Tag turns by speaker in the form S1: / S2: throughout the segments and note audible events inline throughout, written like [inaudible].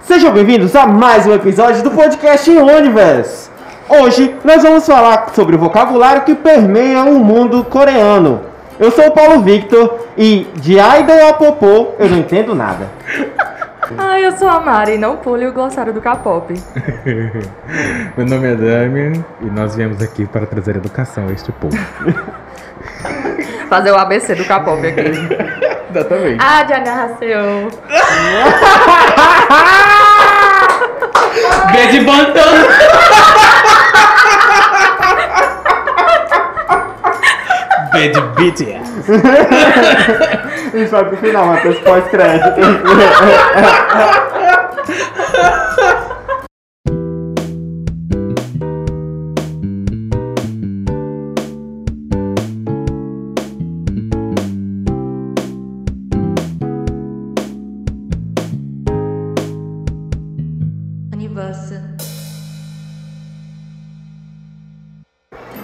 S1: Sejam bem-vindos a mais um episódio do podcast Universe. Hoje nós vamos falar sobre o vocabulário que permeia o mundo coreano. Eu sou o Paulo Victor e de idol a popô eu não entendo nada.
S2: Ai, eu sou a Mari, não pule o glossário do K-pop.
S3: [laughs] Meu nome é Damian e nós viemos aqui para trazer educação a este povo.
S2: Fazer o ABC do K-pop
S3: [laughs]
S2: aqui.
S3: Exatamente.
S2: Ah, de agarraceu.
S1: Grande Bantam!
S3: Bad BTS.
S1: A gente vai pro final, Matheus, pós-crédito. [laughs]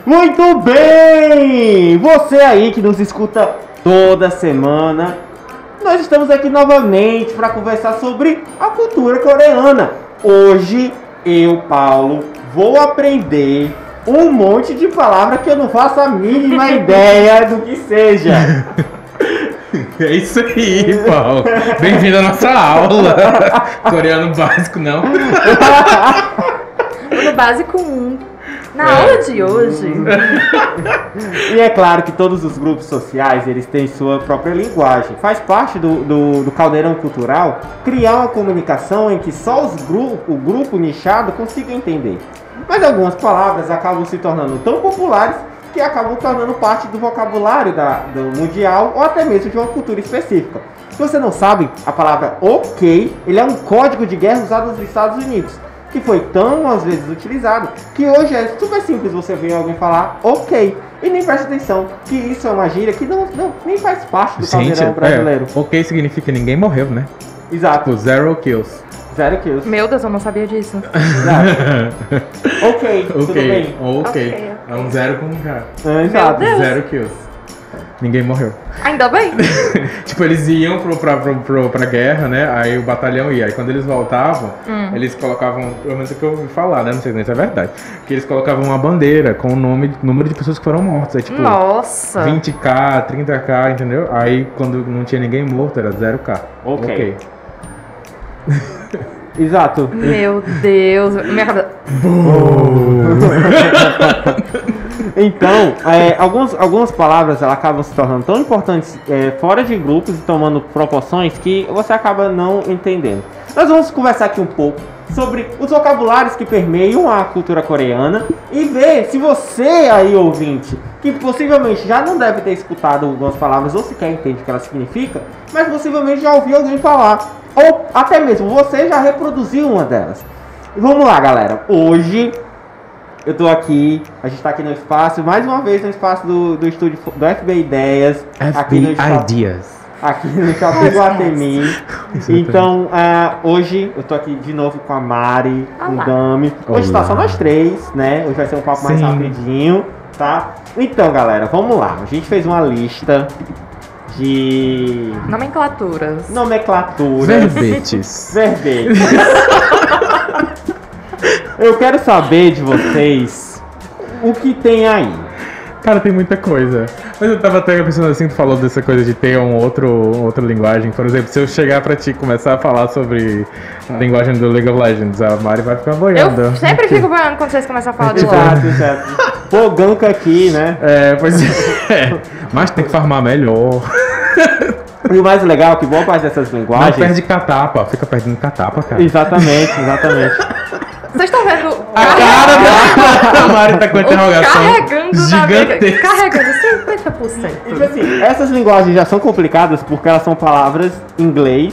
S1: Muito bem! Você aí que nos escuta toda semana, nós estamos aqui novamente para conversar sobre a cultura coreana. Hoje eu, Paulo, vou aprender um monte de palavra que eu não faço a mínima ideia do que seja.
S3: [laughs]
S1: [laughs]
S3: É isso aí, Paulo. Bem-vindo à
S1: [laughs]
S3: nossa aula. Coreano básico, não?
S2: No básico 1. Na
S3: É.
S2: aula de hoje,
S1: E é claro que todos os grupos sociais eles têm sua própria linguagem. Faz parte do, do, do caldeirão cultural criar uma comunicação em que só os gru o grupo nichado consiga entender. Mas algumas palavras acabam se tornando tão populares que acabam tornando parte do vocabulário da, do mundial ou até mesmo de uma cultura específica. Se você não sabe, a palavra ok ele é um código de guerra usado nos Estados Unidos. Que foi tão às vezes utilizado que hoje é super simples você ver alguém falar ok. E nem presta atenção que isso é uma gíria que não, não nem faz parte do
S3: Gente,
S1: caldeirão brasileiro. Ah.
S3: é, ok significa ninguém morreu, né?
S1: Exato.
S3: Tipo, zero kills. [laughs]
S1: Zero kills.
S2: meu Deus, eu não sabia disso.
S1: Exato. ok, tudo
S3: ok,
S1: bem.
S3: ok.
S2: Ok,
S3: É um zero com um K.
S1: É, Exato.
S2: Deus.
S3: Zero kills. Ninguém morreu.
S2: Ainda bem.
S3: Tipo, eles iam pro, pra, pro, pro- pra guerra, né? Aí o batalhão ia. Aí quando eles voltavam,
S2: Hum.
S3: eles colocavam, pelo menos é o que eu ouvi falar, né? Não sei nem se é verdade. Que eles colocavam uma bandeira com o nome, número de pessoas que foram mortas. Aí, tipo,
S2: Nossa.
S3: 20k, 30k, entendeu? Aí quando não tinha ninguém morto, era 0k.
S1: Ok. Exato.
S2: Meu Deus. Minha cabeça.
S1: Então, é, algumas, algumas palavras elas acabam se tornando tão importantes é, fora de grupos e tomando proporções que você acaba não entendendo. Nós vamos conversar aqui um pouco sobre os vocabulários que permeiam a cultura coreana e ver se você aí, ouvinte, que possivelmente já não deve ter escutado algumas palavras ou sequer entende o que elas significam, mas possivelmente já ouviu alguém falar, ou até mesmo você já reproduziu uma delas. Vamos lá, galera. Hoje eu tô aqui, a gente tá aqui no espaço, mais uma vez no espaço do, do estúdio fo- do FB Ideias, aqui no,
S3: FB
S1: shopping-
S3: Ideas. é
S1: aqui no Shopping Guatemi. Então, ah, hoje eu tô aqui de novo com a Mari, com o
S2: Olá.
S1: Dami. Hoje tá só
S3: Olá.
S1: nós três, né? Hoje vai ser um papo mais
S3: Sim.
S1: rapidinho, tá? Então, galera, vamos lá. A gente fez uma lista de
S2: Nomenclaturas.
S1: nomenclaturas
S3: Verbetes.
S1: verbetes. [laughs] eu quero saber de vocês o que tem aí.
S3: Cara, tem muita coisa. Mas eu tava até pensando assim, tu falou dessa coisa de ter um outro, outra linguagem. Por exemplo, se eu chegar pra ti e começar a falar sobre a linguagem do League of Legends, a Mari vai ficar boiando.
S2: Eu sempre fico boiando quando vocês começam a falar do
S1: [laughs]
S2: LOL.
S1: Exato, exato. Tipo, Pô, ganka aqui, né?
S3: É, pois [laughs] é. Mas tem que farmar melhor.
S1: E o mais legal é que boa parte dessas
S3: Não
S1: linguagens.
S3: perde catapa. Fica perdendo catapa, cara.
S1: Exatamente, exatamente.
S2: Vocês estão vendo o
S3: A cara da Mari tá com [laughs] a interrogação
S2: carregando na vida.
S3: gigantesca.
S2: Carregando
S1: E, tipo
S2: 50%.
S1: assim, essas linguagens já são complicadas porque elas são palavras em inglês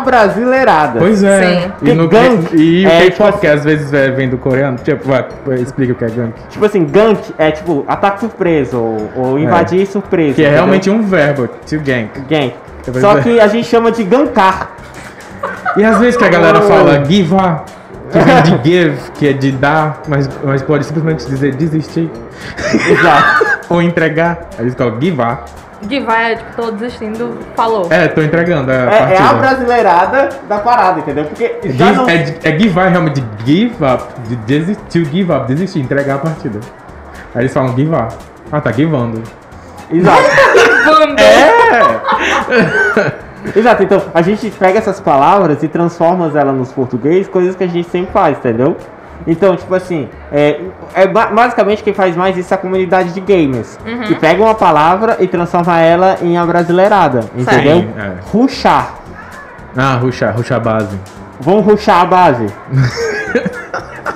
S1: abrasileiradas.
S3: Pois é.
S2: Sim.
S3: E, no,
S1: Gank.
S3: e o
S1: É,
S3: que
S1: tipo
S3: porque às vezes é, vem do coreano. Tipo, vai, explica o que é gank.
S1: Tipo assim, gank é tipo ataque surpresa ou, ou invadir surpresa.
S3: Que é
S1: entendeu?
S3: realmente um verbo, to gank.
S1: gank.
S3: Eu vou
S1: Só
S3: dizer.
S1: que a gente chama de
S3: [laughs]
S1: gankar.
S3: E às vezes que a galera
S1: Oh.
S3: fala give a, que vem de give, que é de dar, mas, mas pode simplesmente dizer desistir.
S1: Exato.
S3: ou entregar. Aí eles colocam give up.
S2: Que vai, tipo, tô desistindo, falou.
S3: É, tô entregando a
S1: É,
S3: partida.
S1: é a brasileirada da parada, entendeu? Porque já
S3: Give-
S1: não...
S3: é, de- é give up, realmente, de give up, de desist, to give up, desistir, entregar a partida. Aí eles falam give up. Ah, tá givando.
S1: Exato.
S2: É, Vamos!
S1: Exato, então a gente pega essas palavras e transforma elas nos português, coisas que a gente sempre faz, entendeu? Então, tipo assim, é, é ba- basicamente quem faz mais isso é a comunidade de gamers. Que pega uma palavra e transforma ela em abrasileirada, entendeu?
S3: Sim, é.
S1: Ruxar.
S3: Ah, ruxar, ruxar a base.
S1: Vamos ruxar a base.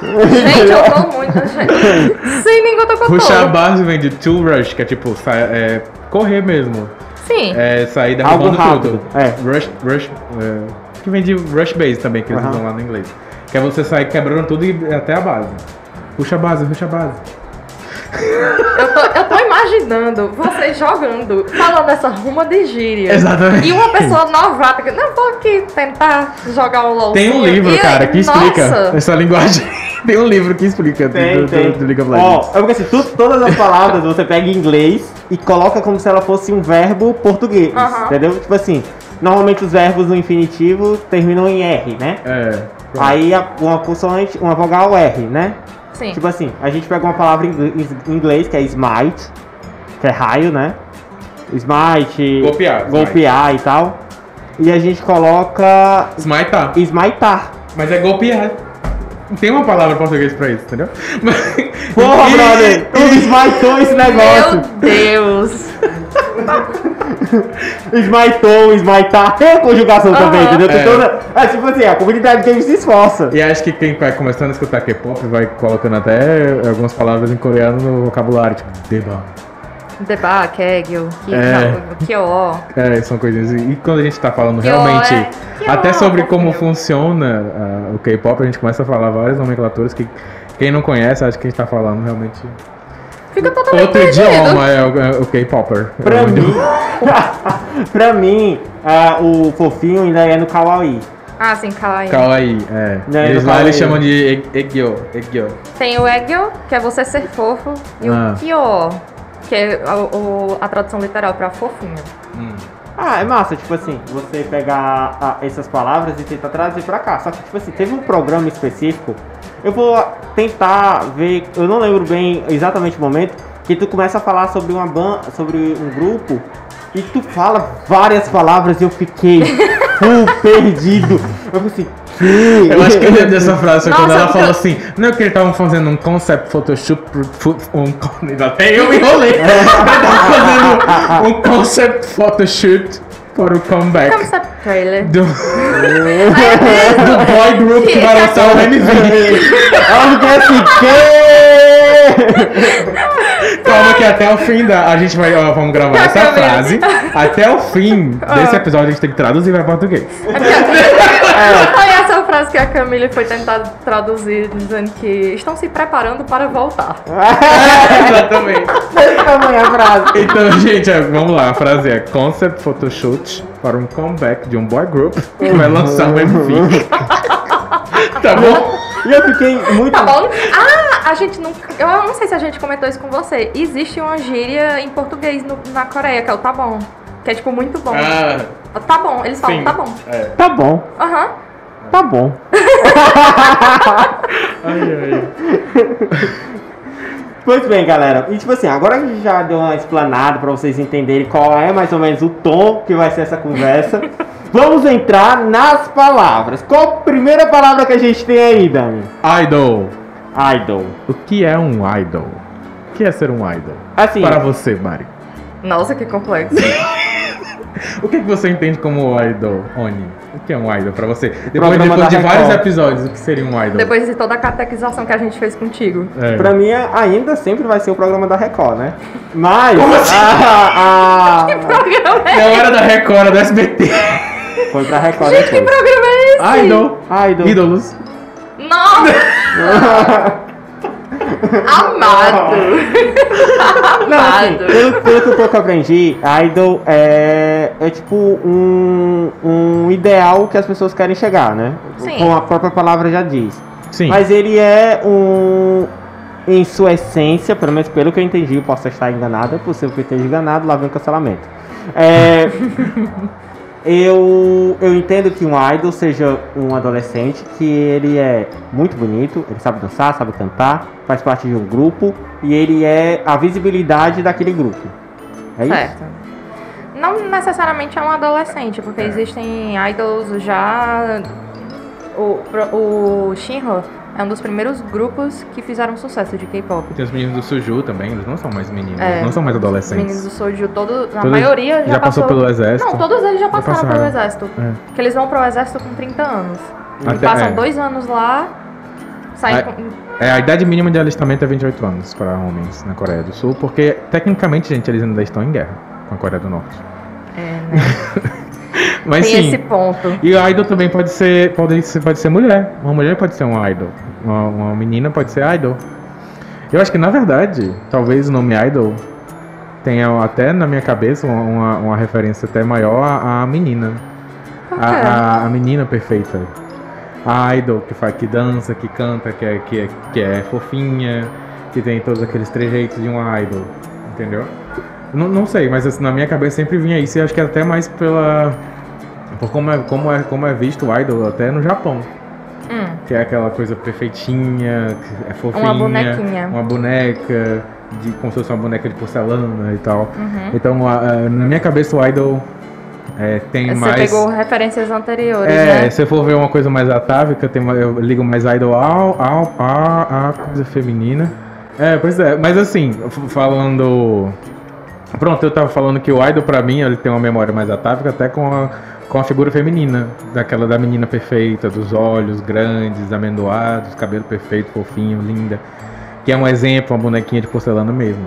S2: Gente, eu tô muito. gente. Sem ninguém
S1: Tá
S2: tocou
S3: Ruxar a base vem de to rush, que é tipo, sa- é, correr mesmo.
S2: Sim.
S3: É, sair
S1: Algo
S3: derrubando tudo.
S1: rápido, é.
S3: Rush, rush, é, que vem de rush base também, que eles
S1: Aham.
S3: usam lá no inglês. Que é você sair quebrando tudo e até a base. Ruxa a base, ruxa a base.
S2: Eu, tô, eu tô imaginando vocês jogando, falando essa ruma de gíria.
S3: Exatamente.
S2: E uma pessoa novata que. Não, vou aqui tentar jogar um LOL.
S3: [laughs] Tem um livro, cara, que explica
S2: Nossa,
S3: essa linguagem. [laughs] Tem um livro que explica do-
S1: Tem,
S3: do,
S1: tem.
S3: do League of
S1: Ó,
S3: Legends.
S1: é porque assim, tu- todas as palavras você pega em inglês e coloca como se ela fosse um verbo português,
S2: Aham.
S1: entendeu? Tipo assim, normalmente os verbos no infinitivo terminam em R, né?
S3: É.
S1: Aí a- uma consoante, uma vogal R, né?
S2: sim.
S1: Tipo assim, a gente pega uma palavra em ingl- em inglês que é smite, que é raio, né? Smite,
S3: Golpear,
S1: golpear e tal. E a gente coloca
S3: Smitear.
S1: smitar.
S3: tá. Mas é golpear. Não tem uma palavra em português pra isso, entendeu? [laughs] Mas-
S1: Porra,
S3: E-
S1: brother! Tu smitou esse
S3: um
S1: negócio!
S2: Meu Deus.
S1: Esmaitou, [laughs] esmaitar, tem É a conjugação
S2: Aham.
S1: também, entendeu? Tem
S3: É.
S1: toda. É tipo assim, a comunidade game se esforça.
S3: E acho que quem vai começando a escutar K-pop vai colocando até eh, algumas palavras em coreano no vocabulário, tipo, deba.
S2: Deba, Kegel, Ki-
S3: É.
S2: não, Kyo.
S3: É, são coisinhas. E quando a gente tá falando
S2: Que
S3: realmente
S2: hora- que
S3: até
S2: hora,
S3: sobre como
S2: meu.
S3: funciona ah, o K-pop, a gente começa a falar várias nomenclaturas que quem não conhece acha que a gente tá falando realmente.
S2: Fica totalmente
S3: Outro
S2: perdido.
S3: idioma é o, é o K-popper. É
S1: Pra
S3: o
S1: mim. [laughs]
S3: idioma-
S1: pra mim, ah, o fofinho ainda é no Kawaii.
S2: Ah, sim, Kawaii.
S3: Kawaii, é.
S1: Né,
S3: eles
S1: no
S3: lá
S1: kawaii.
S3: eles chamam de e- Egyo. Egyo.
S2: Tem o Egel, que é você ser fofo, e
S3: Ah.
S2: o Kyo, que é o- o- a tradução literal pra fofinho.
S3: Hum.
S1: Ah, é massa, tipo assim, você pegar ah, essas palavras e tentar trazer pra cá. Só que, tipo assim, teve um programa específico. Eu vou tentar ver, eu não lembro bem exatamente o momento, que tu começa a falar sobre uma banda, sobre um grupo, e tu fala várias palavras e eu
S3: [laughs]
S1: fiquei full perdido. Eu falei assim, que?
S3: Eu
S1: [laughs]
S3: acho que eu lembro dessa frase
S2: Nossa,
S3: quando ela
S2: eu-
S3: falou assim, não é que eles estavam fazendo um concept Photoshop, pro- fu- um, con- até eu me enrolei, eles estavam fazendo um concept Photoshoot para o comeback
S2: Concept é trailer. [laughs]
S3: do, do
S2: é
S3: boy group que vai lançar o MV.
S1: Ela ficou é
S3: [laughs]
S1: assim, que?
S3: Calma que até o fim da, a gente vai, ó, vamos gravar essa
S2: Acabei.
S3: frase, até o fim
S2: [laughs]
S3: desse episódio a gente tem que traduzir para português.
S1: É.
S2: [laughs] Foi essa a frase que a Camille foi tentar traduzir, dizendo que estão se preparando para voltar.
S1: É.
S3: Exatamente.
S1: Tamanha frase.
S3: Então, [laughs] gente, é, vamos lá. A frase é Concept Photoshoot para um comeback de um boy group que vai lançar um MV. [laughs] tá bom?
S1: E eu fiquei muito.
S2: Tá bom? Ah, a gente nunca. Eu não sei se a gente comentou isso com você. Existe uma gíria em português no- na Coreia, que é o tá bom. Que é tipo muito bom. Tá bom, eles falam
S3: Ah. sim.
S2: tá bom.
S3: É.
S1: Tá bom,
S2: Aham.
S1: tá bom.
S3: Ai, ai.
S1: Pois bem, galera. E tipo assim, agora que a gente já deu uma explanada pra vocês entenderem qual é mais ou menos o tom que vai ser essa
S3: [laughs]
S1: conversa, vamos entrar nas palavras. Qual a primeira palavra que a gente tem aí, Dani?
S3: Idol.
S1: Idol.
S3: O que é um idol? O que é ser um idol?
S1: Assim,
S3: Para você, Mari.
S2: Nossa, que complexo.
S3: O que, é que você entende como idol, Oni? O que é um idol para você? Depois,
S1: Programa
S3: depois
S1: da
S3: de vários
S1: Record.
S3: episódios, o que seria um idol?
S2: Depois de toda a catequização que a gente fez contigo.
S3: É.
S1: pra mim ainda sempre vai ser o programa da Record, né? Mas.
S3: Como
S1: [laughs]
S3: assim?
S1: Ah, ah,
S2: Programa é-
S3: É hora da Record, da
S2: [laughs]
S3: SBT.
S1: foi pra Record
S2: Gente, que
S1: depois.
S2: programa é esse?
S3: Idol.
S1: Idol.
S3: Ídolos.
S1: [laughs]
S2: Nossa! Amado!
S1: Não, assim,
S2: Amado.
S1: pelo, pelo que eu pouco aprendi, idol é, é tipo um, um ideal que as pessoas querem chegar, né?
S2: Sim.
S1: Como a própria palavra já diz.
S3: Sim.
S1: Mas ele é um, em sua essência, pelo menos pelo que eu entendi, eu posso estar enganada, possível que eu esteja enganado, lá vem o cancelamento.
S3: [laughs]
S1: É, eu, eu entendo que um idol seja um adolescente que ele é muito bonito, ele sabe dançar, sabe cantar, faz parte de um grupo e ele é a visibilidade daquele grupo. É isso?
S2: certo. Não necessariamente é um adolescente, porque
S3: É.
S2: existem idols já. O, pro- o Shinho é um dos primeiros grupos que fizeram sucesso de K-pop.
S3: Tem os meninos do Suju também, eles não são mais meninos,
S2: É.
S3: não são mais
S2: Os meninos
S3: adolescentes.
S2: do Soju, todo, a
S3: Todos-
S2: maioria já,
S3: Já passou pelo exército.
S2: Não, todos eles já passaram,
S3: passaram.
S2: pelo exército.
S3: É.
S2: Porque eles vão pro exército com 30 anos. E
S3: Até-
S2: passam
S3: é.
S2: dois anos lá, saem
S3: Aí-
S2: com.
S3: É, a idade mínima de alistamento é 28 anos para homens na Coreia do Sul, porque tecnicamente, gente, eles ainda estão em guerra com a Coreia do Norte.
S2: É, né?
S3: [laughs] Mas
S2: Tem
S3: sim.
S2: esse ponto.
S3: E o idol também pode ser, pode ser, pode ser mulher. Uma mulher pode ser um idol. Uma, uma menina pode ser idol. Eu acho que na verdade, talvez o nome idol tenha até na minha cabeça uma, uma, uma referência até maior à, à menina.
S2: Por
S3: A,
S2: quê?
S3: Ah, a- a menina perfeita. A idol que faz, que dança, que canta, que é, que, é, que é fofinha, que tem todos aqueles trejeitos de uma idol. Entendeu? Não, não sei, mas assim, na minha cabeça sempre vinha isso e acho que é até mais pela. Por como é, como é, como é visto o idol até no Japão.
S2: Hum,
S3: Que é aquela coisa perfeitinha, que é fofinha.
S2: uma bonequinha.
S3: Uma boneca, de, como se fosse uma boneca de porcelana e tal.
S2: Uhum.
S3: Então, a- a- na minha cabeça, o idol é, tem
S2: Você
S3: mais.
S2: pegou referências anteriores,
S3: É,
S2: né?
S3: se eu for ver uma coisa mais atávica, tem uma- eu ligo mais idol ao, ao, a, a coisa feminina. É, pois é, mas assim, f- falando. Pronto, eu tava falando que o idol pra mim, ele tem uma memória mais atávica até com a, com a figura feminina, daquela da menina perfeita, dos olhos grandes, amendoados, cabelo perfeito, fofinho, linda. Que é um exemplo, uma bonequinha de porcelana mesmo.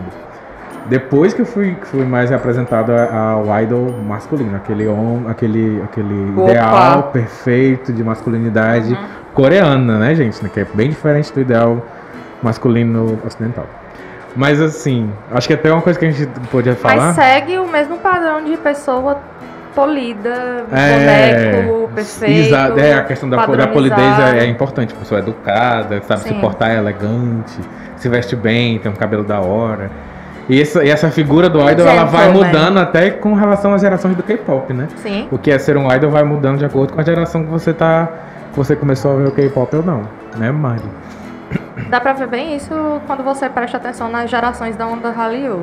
S3: Depois que eu fui, que fui mais apresentado a- ao idol masculino, aquele hom- aquele, aquele
S2: Opa! Uhum.
S3: ideal perfeito de masculinidade coreana, né, gente? Que é bem diferente do ideal masculino ocidental. Mas assim, acho que até uma coisa que a gente podia falar.
S2: Mas segue o mesmo padrão de pessoa polida,
S3: É,
S2: boneco, perfeito.
S3: Exato, é, a questão da, da
S2: padronizado.
S3: polidez é, é importante. A pessoa é educada, sabe se
S2: Sim.
S3: portar, é elegante, se veste bem, tem um cabelo da hora. E essa, e essa figura do idol, ela vai
S2: Gentleman.
S3: mudando até com relação às gerações do K-pop, né?
S2: Sim.
S3: O que é ser um idol vai mudando de acordo com a geração que você tá. que você começou a ver o K-pop ou não, né, Mari?
S2: Dá pra ver bem isso quando você presta atenção nas gerações da onda Hallyu.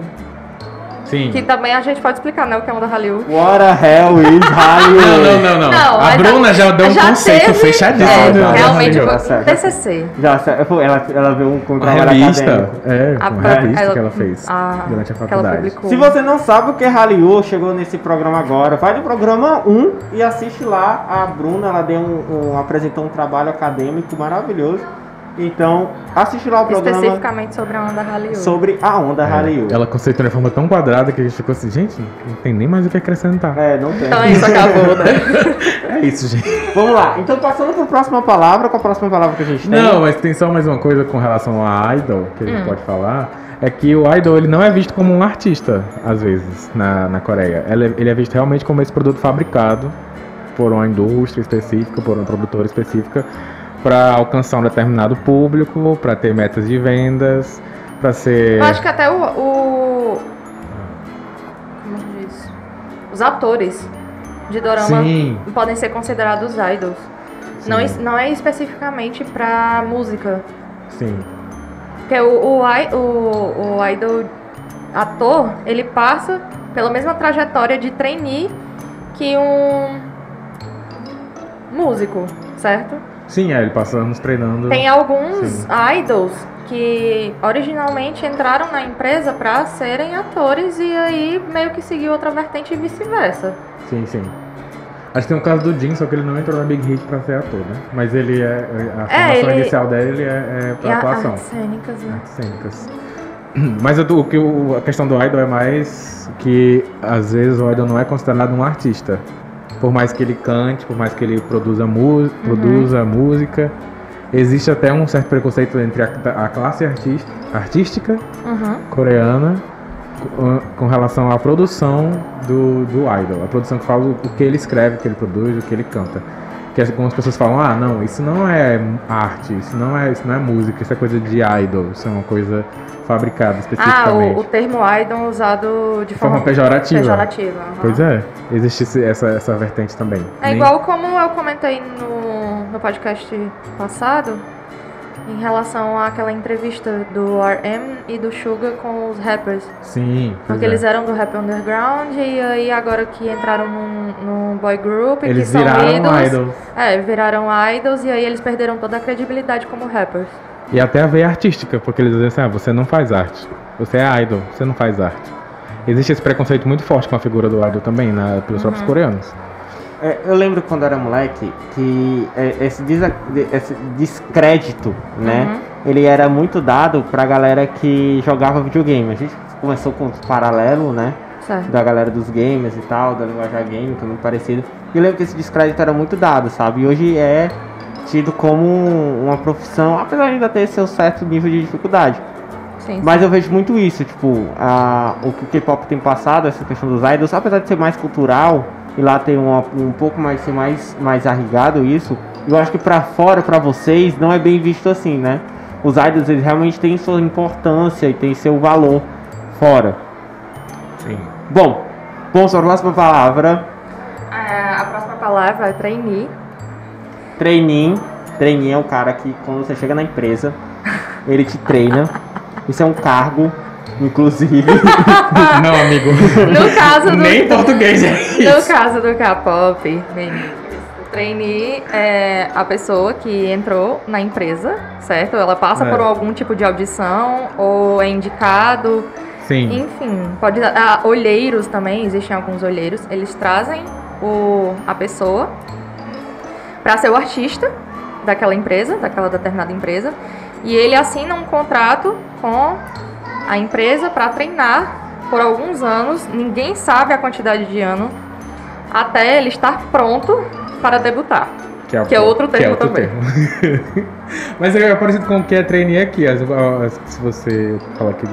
S3: Sim.
S2: Que também a gente pode explicar, né, o que é onda Hallyu.
S1: What a hell
S3: [laughs]
S1: is Hollywood?
S3: Não, não, não, não.
S2: Não,
S3: a
S2: mas
S3: Bruna já deu um
S2: já
S3: conceito
S2: teve-
S3: fechadinho. Tá
S2: É,
S3: do- do
S2: realmente,
S3: Hallyu.
S1: Hallyu.
S2: o
S1: Certo.
S2: TCC.
S1: Já, sa- pô, ela, ela veio um
S3: Uma
S1: contra
S3: revista. É,
S2: A
S3: uma
S2: pro-
S3: revista que ela fez
S2: a-
S3: durante a
S2: que ela
S3: faculdade.
S2: publicou.
S1: Se você não sabe o que é Hallyu, chegou nesse programa agora, vai no programa 1 e assiste lá. A Bruna, ela deu um, um- apresentou um trabalho acadêmico maravilhoso. Então, assiste lá o programa
S2: Especificamente sobre a onda Hallyu.
S1: sobre a onda
S3: É.
S1: Hallyu.
S3: Ela conceitou de forma tão quadrada que a gente ficou assim, gente, não tem nem mais o que acrescentar.
S1: É, não tem.
S2: Então
S1: [laughs]
S2: é isso, acabou, né?
S3: É isso, gente.
S1: Vamos lá. Então, passando para a próxima palavra, qual a próxima palavra que a gente tem?
S3: [laughs] Não, mas tem só mais uma coisa com relação a idol que a gente
S2: Hum.
S3: pode falar. É que o idol ele não é visto como um artista, às vezes, na, na Coreia. Ele é, ele é visto realmente como esse produto fabricado por uma indústria específica, por uma produtora específica, para alcançar um determinado público, para ter metas de vendas, para ser.
S2: Eu acho que até o. o- Como se diz? Os atores de Dorama
S3: Sim.
S2: podem ser considerados idols. é Não, es- não é especificamente pra música.
S3: Sim.
S2: Porque o, o, i- o, o idol ator, ele passa pela mesma trajetória de trainee que um músico, certo?
S3: Sim, é, ele passa anos treinando.
S2: Tem alguns
S3: Sim.
S2: idols que originalmente entraram na empresa pra serem atores e aí meio que seguiu outra vertente e vice-versa.
S3: Sim, sim. Acho que tem o caso do Jim, só que ele não entrou na Big Hit pra ser ator, né? Mas ele é. A formação
S2: ele-
S3: inicial dele é, é
S2: E
S3: pra
S2: a
S3: atuação.
S2: artes cênicas, né?
S3: Artes cênicas. assim. [clears throat] Mas eu tô- o que o- a questão do idol é mais que às vezes o idol não é considerado um artista. Por mais que ele cante, por mais que ele produza,
S2: Uhum.
S3: mu produza música, existe até um certo preconceito entre a, a classe artis- artística
S2: Uhum.
S3: coreana co- com relação à produção do, do idol, a produção que fala o que ele escreve, o que ele produz, o que ele canta. Que algumas pessoas falam, ah, não, isso não é arte, isso não é, isso não é música, isso é coisa de idol, isso é uma coisa fabricada
S2: Ah,
S3: especificamente.
S2: o, o termo idol usado de
S3: De forma
S2: forma,
S3: pejorativa.
S2: pejorativa. aham.
S3: Pois é, existe esse- essa, essa vertente também.
S2: É igual como eu comentei no, no podcast passado, em relação àquela entrevista do RM e do Suga com os rappers.
S3: Sim. pois
S2: Porque
S3: é.
S2: eles eram do rap underground e aí agora que entraram num, num boy group,
S3: Eles
S2: que são
S3: viraram um
S2: ídolos.
S3: idol.
S2: É, viraram idols e aí eles perderam toda a credibilidade como rappers.
S3: E até a veia artística, porque eles dizem assim, ah, você não faz arte. Você é idol, você não faz arte. Existe esse preconceito muito forte com a figura do idol também, na, pelos
S2: Uhum.
S3: próprios coreanos.
S1: É, eu lembro quando era moleque que é, esse, desa- de- esse descrédito, né? Ele era muito dado pra galera que jogava videogame. A gente começou com os paralelo, né?
S2: Certo.
S1: Da galera dos games e tal, da linguagem game, que é muito parecido. E eu lembro que esse descrédito era muito dado, sabe? E hoje é tido como uma profissão, apesar de ainda ter seu certo nível de dificuldade.
S2: Sim.
S1: Mas eu vejo muito isso, tipo, a, o que o K-pop tem passado, essa questão dos idols, apesar de ser mais cultural e lá tem uma- um pouco mais ser mais, mais arrigado isso, eu acho que pra fora, pra vocês, não é bem visto assim, né? Os idols, eles realmente têm sua importância e têm seu valor fora.
S3: Sim.
S1: Bom, vamos para a próxima palavra,
S2: É, a próxima palavra é
S3: [laughs]
S2: trainee.
S1: treininho. Treininho é o cara que, quando você chega na empresa, ele te treina. Isso é um cargo, inclusive.
S3: [laughs] não, [laughs] amigo.
S2: No caso do.
S3: Nem em português é
S2: No
S3: isso.
S2: caso do K-pop, meninas, o trainee é a pessoa que entrou na empresa, certo? Ela passa
S3: É.
S2: por algum tipo de audição ou é indicado.
S3: Sim.
S2: Enfim, pode dar. ah, olheiros também, existem alguns olheiros. Eles trazem o, a pessoa para ser o artista daquela empresa, daquela determinada empresa. E ele assina um contrato com a empresa para treinar por alguns anos. Ninguém sabe a quantidade de ano. Até ele estar pronto para debutar.
S3: o-
S2: que é outro termo também.
S3: termo. [laughs] Mas é parecido com o que é trainee aqui. as- as- se você falar que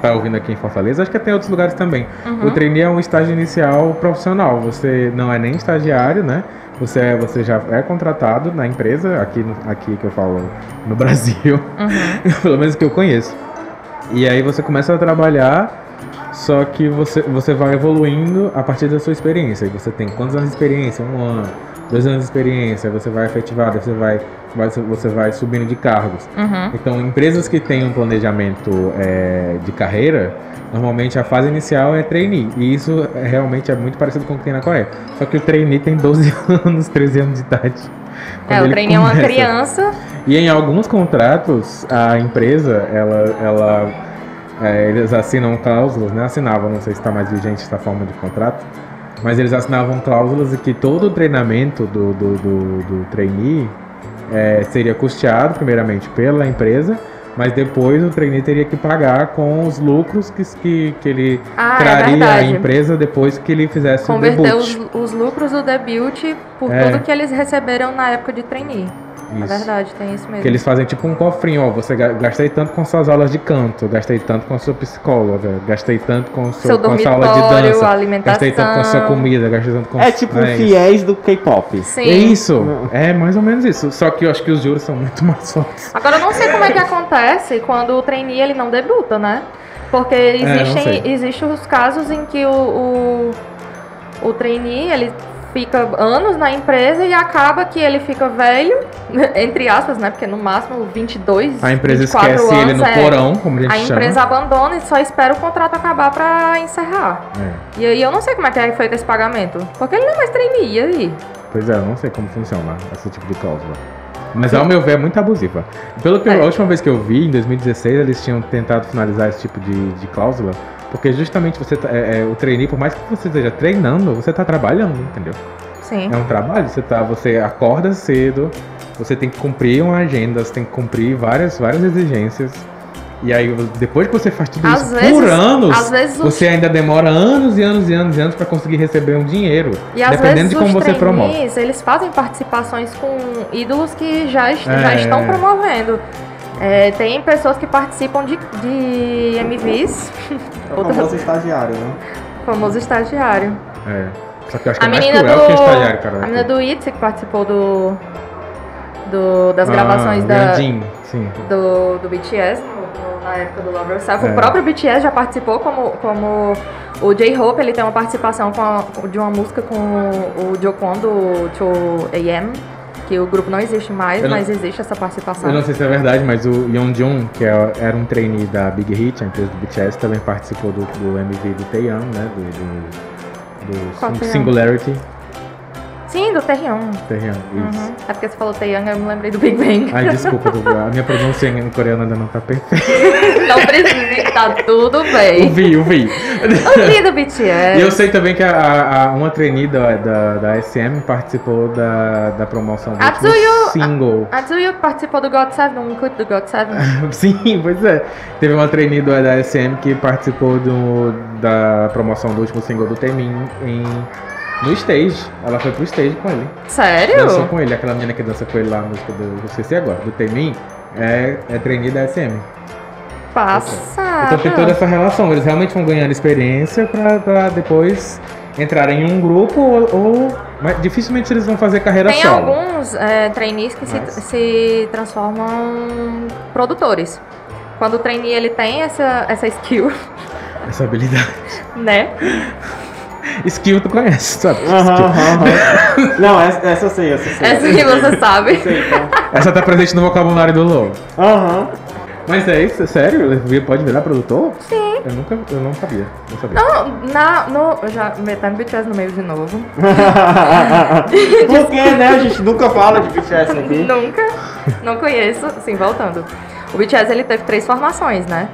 S3: tá ouvindo aqui em Fortaleza, acho que tem outros lugares também. O trainee é um estágio inicial profissional. Você não é nem estagiário, né? Você, é- você já é contratado na empresa, aqui, no- aqui que eu falo no [laughs] Brasil,
S2: Uhum.
S3: pelo menos que eu conheço. E aí você começa a trabalhar, só que você, você vai evoluindo a partir da sua experiência. E você tem quantos anos de experiência? Um ano, dois anos de experiência, aí você vai efetivado, aí você vai, vai- você vai subindo de cargos.
S2: Uhum.
S3: Então, empresas que têm um planejamento é, de carreira, normalmente a fase inicial é trainee. E isso é, realmente é muito parecido com o que tem na Coreia. Só que o trainee tem 12 [laughs] anos, 13 anos de idade.
S2: É,
S3: quando
S2: o
S3: ele
S2: trainee é uma
S3: começa.
S2: criança.
S3: E em alguns contratos, a empresa, ela. ela é, eles assinam cláusulas, né? Assinavam, não sei se está mais vigente essa forma de contrato, mas eles assinavam cláusulas de que todo o treinamento do, do, do, do trainee é, seria custeado, primeiramente, pela empresa, mas depois o trainee teria que pagar com os lucros que, que, que ele
S2: Ah, é
S3: traria à
S2: verdade.
S3: empresa depois que ele fizesse o
S2: Converter
S3: debut.
S2: os, os lucros do debut por
S3: É.
S2: tudo que eles receberam na época de trainee. É
S3: Isso.
S2: verdade, tem isso mesmo.
S3: Que eles fazem tipo um cofrinho, ó. Você ga- gastei tanto com suas aulas de canto, gastei tanto com a sua psicóloga, gastei tanto com, o seu,
S2: Seu
S3: com a sua aula de
S2: dormitório,
S3: dança,
S2: alimentação.
S3: gastei tanto com a sua comida, gastei tanto com
S1: É tipo um
S3: é isso.
S1: fiéis do K-pop.
S2: Sim.
S3: É isso,
S1: Não.
S3: é mais ou menos isso. Só que eu acho que os juros são muito [laughs] mais fortes.
S2: Agora eu não sei como é que acontece quando o trainee ele não debuta, né? Porque
S3: É, não
S2: existem,
S3: sei.
S2: existem os casos em que o, o, o trainee ele fica anos na empresa e acaba que ele fica velho, [laughs] entre aspas, né? Porque no máximo 22,
S3: A empresa
S2: 24
S3: esquece
S2: anos,
S3: ele no
S2: é.
S3: porão, como a gente
S2: A
S3: chama.
S2: empresa abandona e só espera o contrato acabar pra encerrar.
S3: É,
S2: E aí eu não sei como é que é feito esse pagamento. Porque ele não é mais trainee, e aí?
S3: Pois é, eu não sei como funciona esse tipo de cláusula. Mas ao meu ver é muito abusiva. Pelo que eu-
S2: É.
S3: a última vez que eu vi, em 2016, eles tinham tentado finalizar esse tipo de, de cláusula. Porque justamente você tá- é, é, o trainee, por mais que você esteja treinando, você tá trabalhando, entendeu?
S2: Sim.
S3: É um trabalho, você, tá, você acorda cedo, você tem que cumprir uma agenda, você tem que cumprir várias, várias exigências. E aí, depois que você faz tudo
S2: Às
S3: isso por
S2: vezes-
S3: anos,
S2: Às vezes os
S3: você ainda demora anos e anos e anos e anos pra conseguir receber um dinheiro.
S2: E às
S3: dependendo
S2: vezes
S3: de como
S2: os
S3: você promove.
S2: trainees, eles fazem participações com ídolos que já, est-
S3: É.
S2: já estão promovendo. É, tem pessoas que participam de, de MVs,
S1: É o famoso estagiário, né?
S2: famoso estagiário.
S3: É. Só que eu acho que
S2: A
S3: é mais
S2: menina
S3: cruel que o estagiário,
S2: do.
S3: cara. Tipo,
S2: A menina do Itzy que participou do. do- das gravações
S3: ah,
S2: da,
S3: Jin, sim.
S2: do, do BTS no- no- na época do Love Yourself.
S3: É.
S2: O próprio BTS já participou como, como o J-Hope, ele tem uma participação com a- de uma música com o Jokon do 2AM, que o grupo não existe mais,
S3: Eu não-
S2: mas existe essa participação.
S3: Eu não sei se é verdade, mas o Yeon Jun, que é- era um trainee da Big Hit, a empresa do BTS, também participou do, do MV do Taeyang, né? Do, do, do
S2: Qual
S3: Sing-
S2: Taeyang?
S3: Singularity.
S2: Sim, do Taehyung.
S3: Taeyang, isso.
S2: Uhum. É porque você falou Taehyung, eu me lembrei do Big Bang.
S3: [laughs] Ai, desculpa, Dudu, a minha pronúncia em coreano ainda não tá perfeita.
S2: Não Então, precisa, tá tudo bem.
S3: Ouvi, ouvi.
S2: O vi do
S3: E
S2: BTS.
S3: eu sei também que a, a- a- uma trainee da, da, da SM participou da, da promoção do
S2: A
S3: último
S2: Tsuyu-
S3: single.
S2: A Tsuyu que Ah, participou do God Seven, um clipe do God
S3: [laughs]
S2: Seven.
S3: Sim, pois é. Teve uma trainee do- da SM que participou do, da promoção do último single do Temin em, no stage. Ela foi pro stage com ele.
S2: Sério?
S3: Dançou com ele. Aquela menina que dança com ele lá, a música do. Eu esqueci agora, do Temin. É, é trainee da SM.
S2: Passada.
S3: Então tem toda essa relação. Eles realmente vão ganhando experiência pra, pra depois entrarem em um grupo ou. ou- mas dificilmente eles vão fazer carreira
S2: Tem
S3: solo.
S2: alguns é, trainees que se,
S3: Mas-
S2: se transformam produtores. Quando o trainee ele tem essa, essa skill, [laughs]
S3: Essa habilidade. [laughs]
S2: né?
S3: Skill tu conhece, sabe?
S1: Aham, aham, [laughs] aham. Não, essa, essa eu sei, essa eu sei.
S2: Essa que você
S1: Eu
S2: sabe.
S3: [laughs]
S1: sei, tá.
S3: Essa tá presente no vocabulário do Lou.
S1: Aham. [laughs]
S3: Mas é isso? Sério? Ele pode virar produtor? Sim. Eu nunca, eu não sabia. Não sabia.
S2: Não, na, no, eu já metendo BTS no meio de novo.
S1: Porque, né, a gente nunca fala de BTS aqui.
S2: [laughs] Nunca. Não conheço. Sim, voltando. O BTS ele teve três formações, né?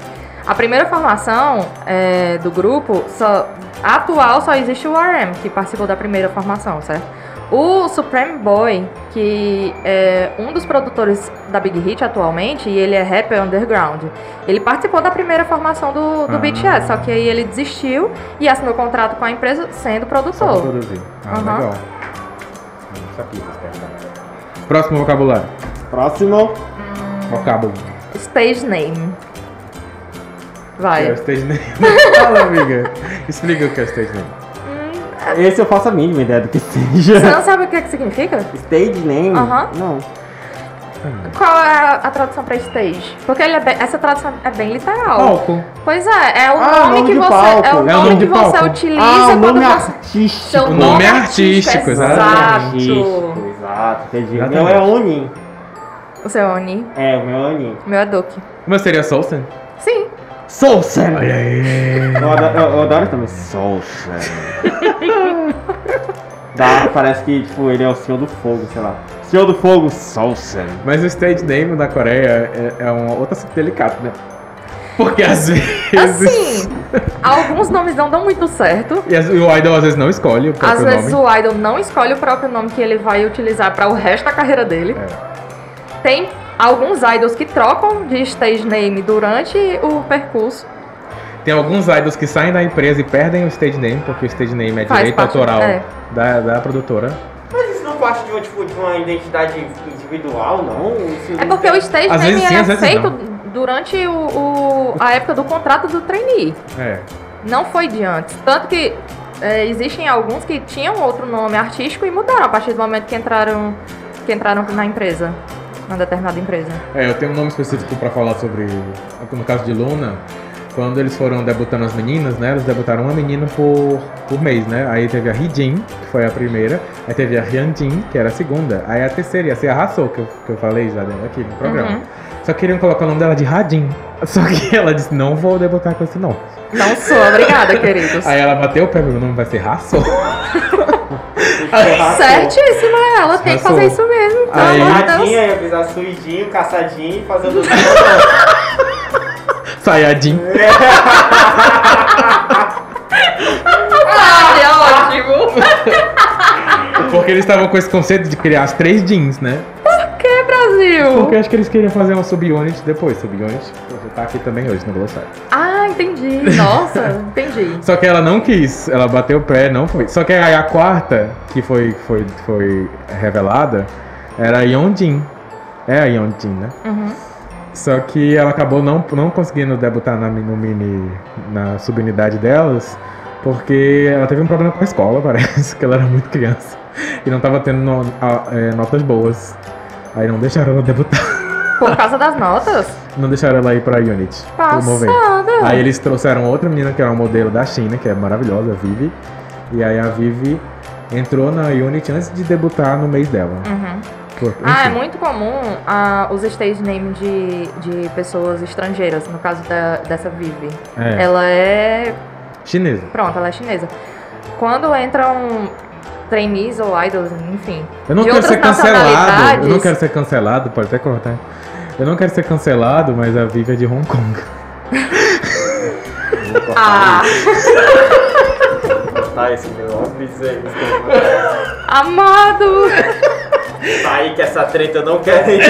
S2: A primeira formação é, do grupo, só, atual só existe o RM, que participou da primeira formação, certo? O Supreme Boy, que é um dos produtores da Big Hit atualmente, e ele é rapper underground, ele participou da primeira formação do, do
S3: Ah.
S2: BTS, só que aí ele desistiu e assinou contrato com a empresa sendo
S3: Só pra
S2: produtor.
S3: produzir. Ah,
S2: oh. Aham.
S3: legal. Eu Não sabia desse cara. Próximo vocabulário.
S1: Próximo.
S3: Vocábulo.
S2: Stage name.
S3: Que
S2: Vai.
S3: é o stage
S2: [laughs]
S3: name. Fala, amiga. Explica o que é o stage name.
S1: Esse eu faço a mínima ideia do que seja.
S2: Você não sabe o que, que significa?
S1: Stage name?
S2: Aham.
S1: Não.
S2: Qual é a tradução pra stage? Porque ele é bem- essa tradução é bem literal.
S3: Palco.
S2: Pois é, é o
S1: Ah,
S2: nome,
S1: nome
S2: que
S1: de
S2: você
S1: palco.
S2: é
S1: É o
S2: o nome,
S3: nome de
S2: que você
S3: palco.
S2: utiliza
S1: Ah, o nome tipo,
S2: quando você
S1: artístico.
S2: seu
S3: O
S2: nome
S3: nome é artístico,
S2: artístico,
S3: exatamente.
S2: exato.
S1: Exato, entendi. O
S3: Exatamente.
S1: meu é Oni.
S2: O seu Oni,
S1: É, o meu é Oni.
S2: meu é Duke.
S3: Mas seria Soulsen?
S2: Sim.
S1: Soulsen!
S3: Olha aí.
S1: Eu adoro, eu- eu adoro também. Soulsen. Dá, parece que tipo, ele é o Senhor do Fogo, sei lá. Senhor do Fogo, Soulsen.
S3: Mas o stage name na Coreia é, é um outro assunto delicado, né? Porque às vezes.
S2: Assim, alguns nomes não dão muito certo.
S3: E as- e o idol às vezes não escolhe é o
S2: Às
S3: próprio
S2: vezes
S3: nome.
S2: o idol não escolhe o próprio nome que ele vai utilizar para o resto da carreira dele. Tem alguns idols que trocam de stage name durante o percurso.
S3: Tem alguns idols que saem da empresa e perdem o stage name, porque o stage name é
S2: Faz
S3: direito
S2: parte-
S3: autoral
S2: é.
S3: da, da produtora.
S1: Mas isso não parte de uma, identidade individual, não?
S2: É porque o stage
S3: Às
S2: name
S3: vezes sim,
S2: era
S3: às vezes
S2: feito durante o, o- a época do contrato do trainee.
S3: É.
S2: Não foi de antes. Tanto que é, existem alguns que tinham outro nome artístico e mudaram a partir do momento que entraram, que entraram na empresa. Na determinada empresa.
S3: É, eu tenho um nome específico pra falar sobre. No caso de Luna, quando eles foram debutando as meninas, né? Eles debutaram uma menina por, por mês, né? Aí teve a Hijin, que foi a primeira. Aí teve a Hyunjin, que era a segunda. Aí a terceira ia ser a Hassou, que eu, que eu falei já aqui no programa.
S2: Uhum.
S3: Só queriam colocar o nome dela de Radin. Só que [laughs] ela disse: Não vou debutar com esse nome.
S2: Não Então, sou, obrigada, queridos.
S3: Aí ela bateu o pé, meu nome vai ser [laughs] Hassou.
S2: Certíssima ela, tem que
S3: Arrasou.
S2: fazer isso mesmo. então, Pelo
S3: tá. Aí-
S2: amor de Deus.
S1: Tadinha, ia precisar suidinho, caçadinho,
S2: [laughs]
S1: fazendo.
S3: Sayajin.
S2: Ah, é ótimo.
S3: Porque eles estavam com esse conceito de criar as três jeans, né?
S2: Que Brasil?
S3: Porque eu acho que eles queriam fazer uma subunit depois. Subunit você tá aqui também hoje no Glossário.
S2: Ah, entendi. Nossa, entendi.
S3: Só que ela não quis, ela bateu o pé, não foi. Só que aí a quarta, que foi, foi, foi revelada, era a Yeonjin. É a Yeonjin, né?
S2: Uhum.
S3: Só que ela acabou não, não conseguindo debutar na, mi- no mini, na subunidade delas, Porque ela teve um problema com a escola, [laughs] parece, que ela era muito criança. E não tava tendo no- a- é, notas boas. Aí não deixaram ela debutar. [laughs]
S2: Por causa das notas?
S3: Não deixaram ela ir pra Unity. promover.
S2: Passada.
S3: Ah. Aí eles trouxeram outra menina que era um modelo da China, que é maravilhosa, a Vivi. E aí a Vivi entrou na Unity antes de debutar no mês dela.
S2: Uhum.
S3: Por- enfim.
S2: Ah, é muito comum ah, os stage name de, de pessoas estrangeiras, no caso da, dessa Vivi.
S3: É,
S2: Ela é.
S3: Chinesa.
S2: Pronto, ela é chinesa. Quando entram trainees ou idols, enfim.
S3: Eu não
S2: de
S3: quero
S2: outras
S3: ser cancelado. Eu não
S2: nacionalidades.
S3: quero ser cancelado, pode até cortar. Eu não quero ser cancelado, mas a Vivi é de Hong Kong. [laughs]
S1: Vou cortar
S2: Ah,
S1: isso, vou cortar Tá, esse é negócio e dizer isso.
S2: Ah, amado!
S1: Sair Tá que essa treta eu não quer nem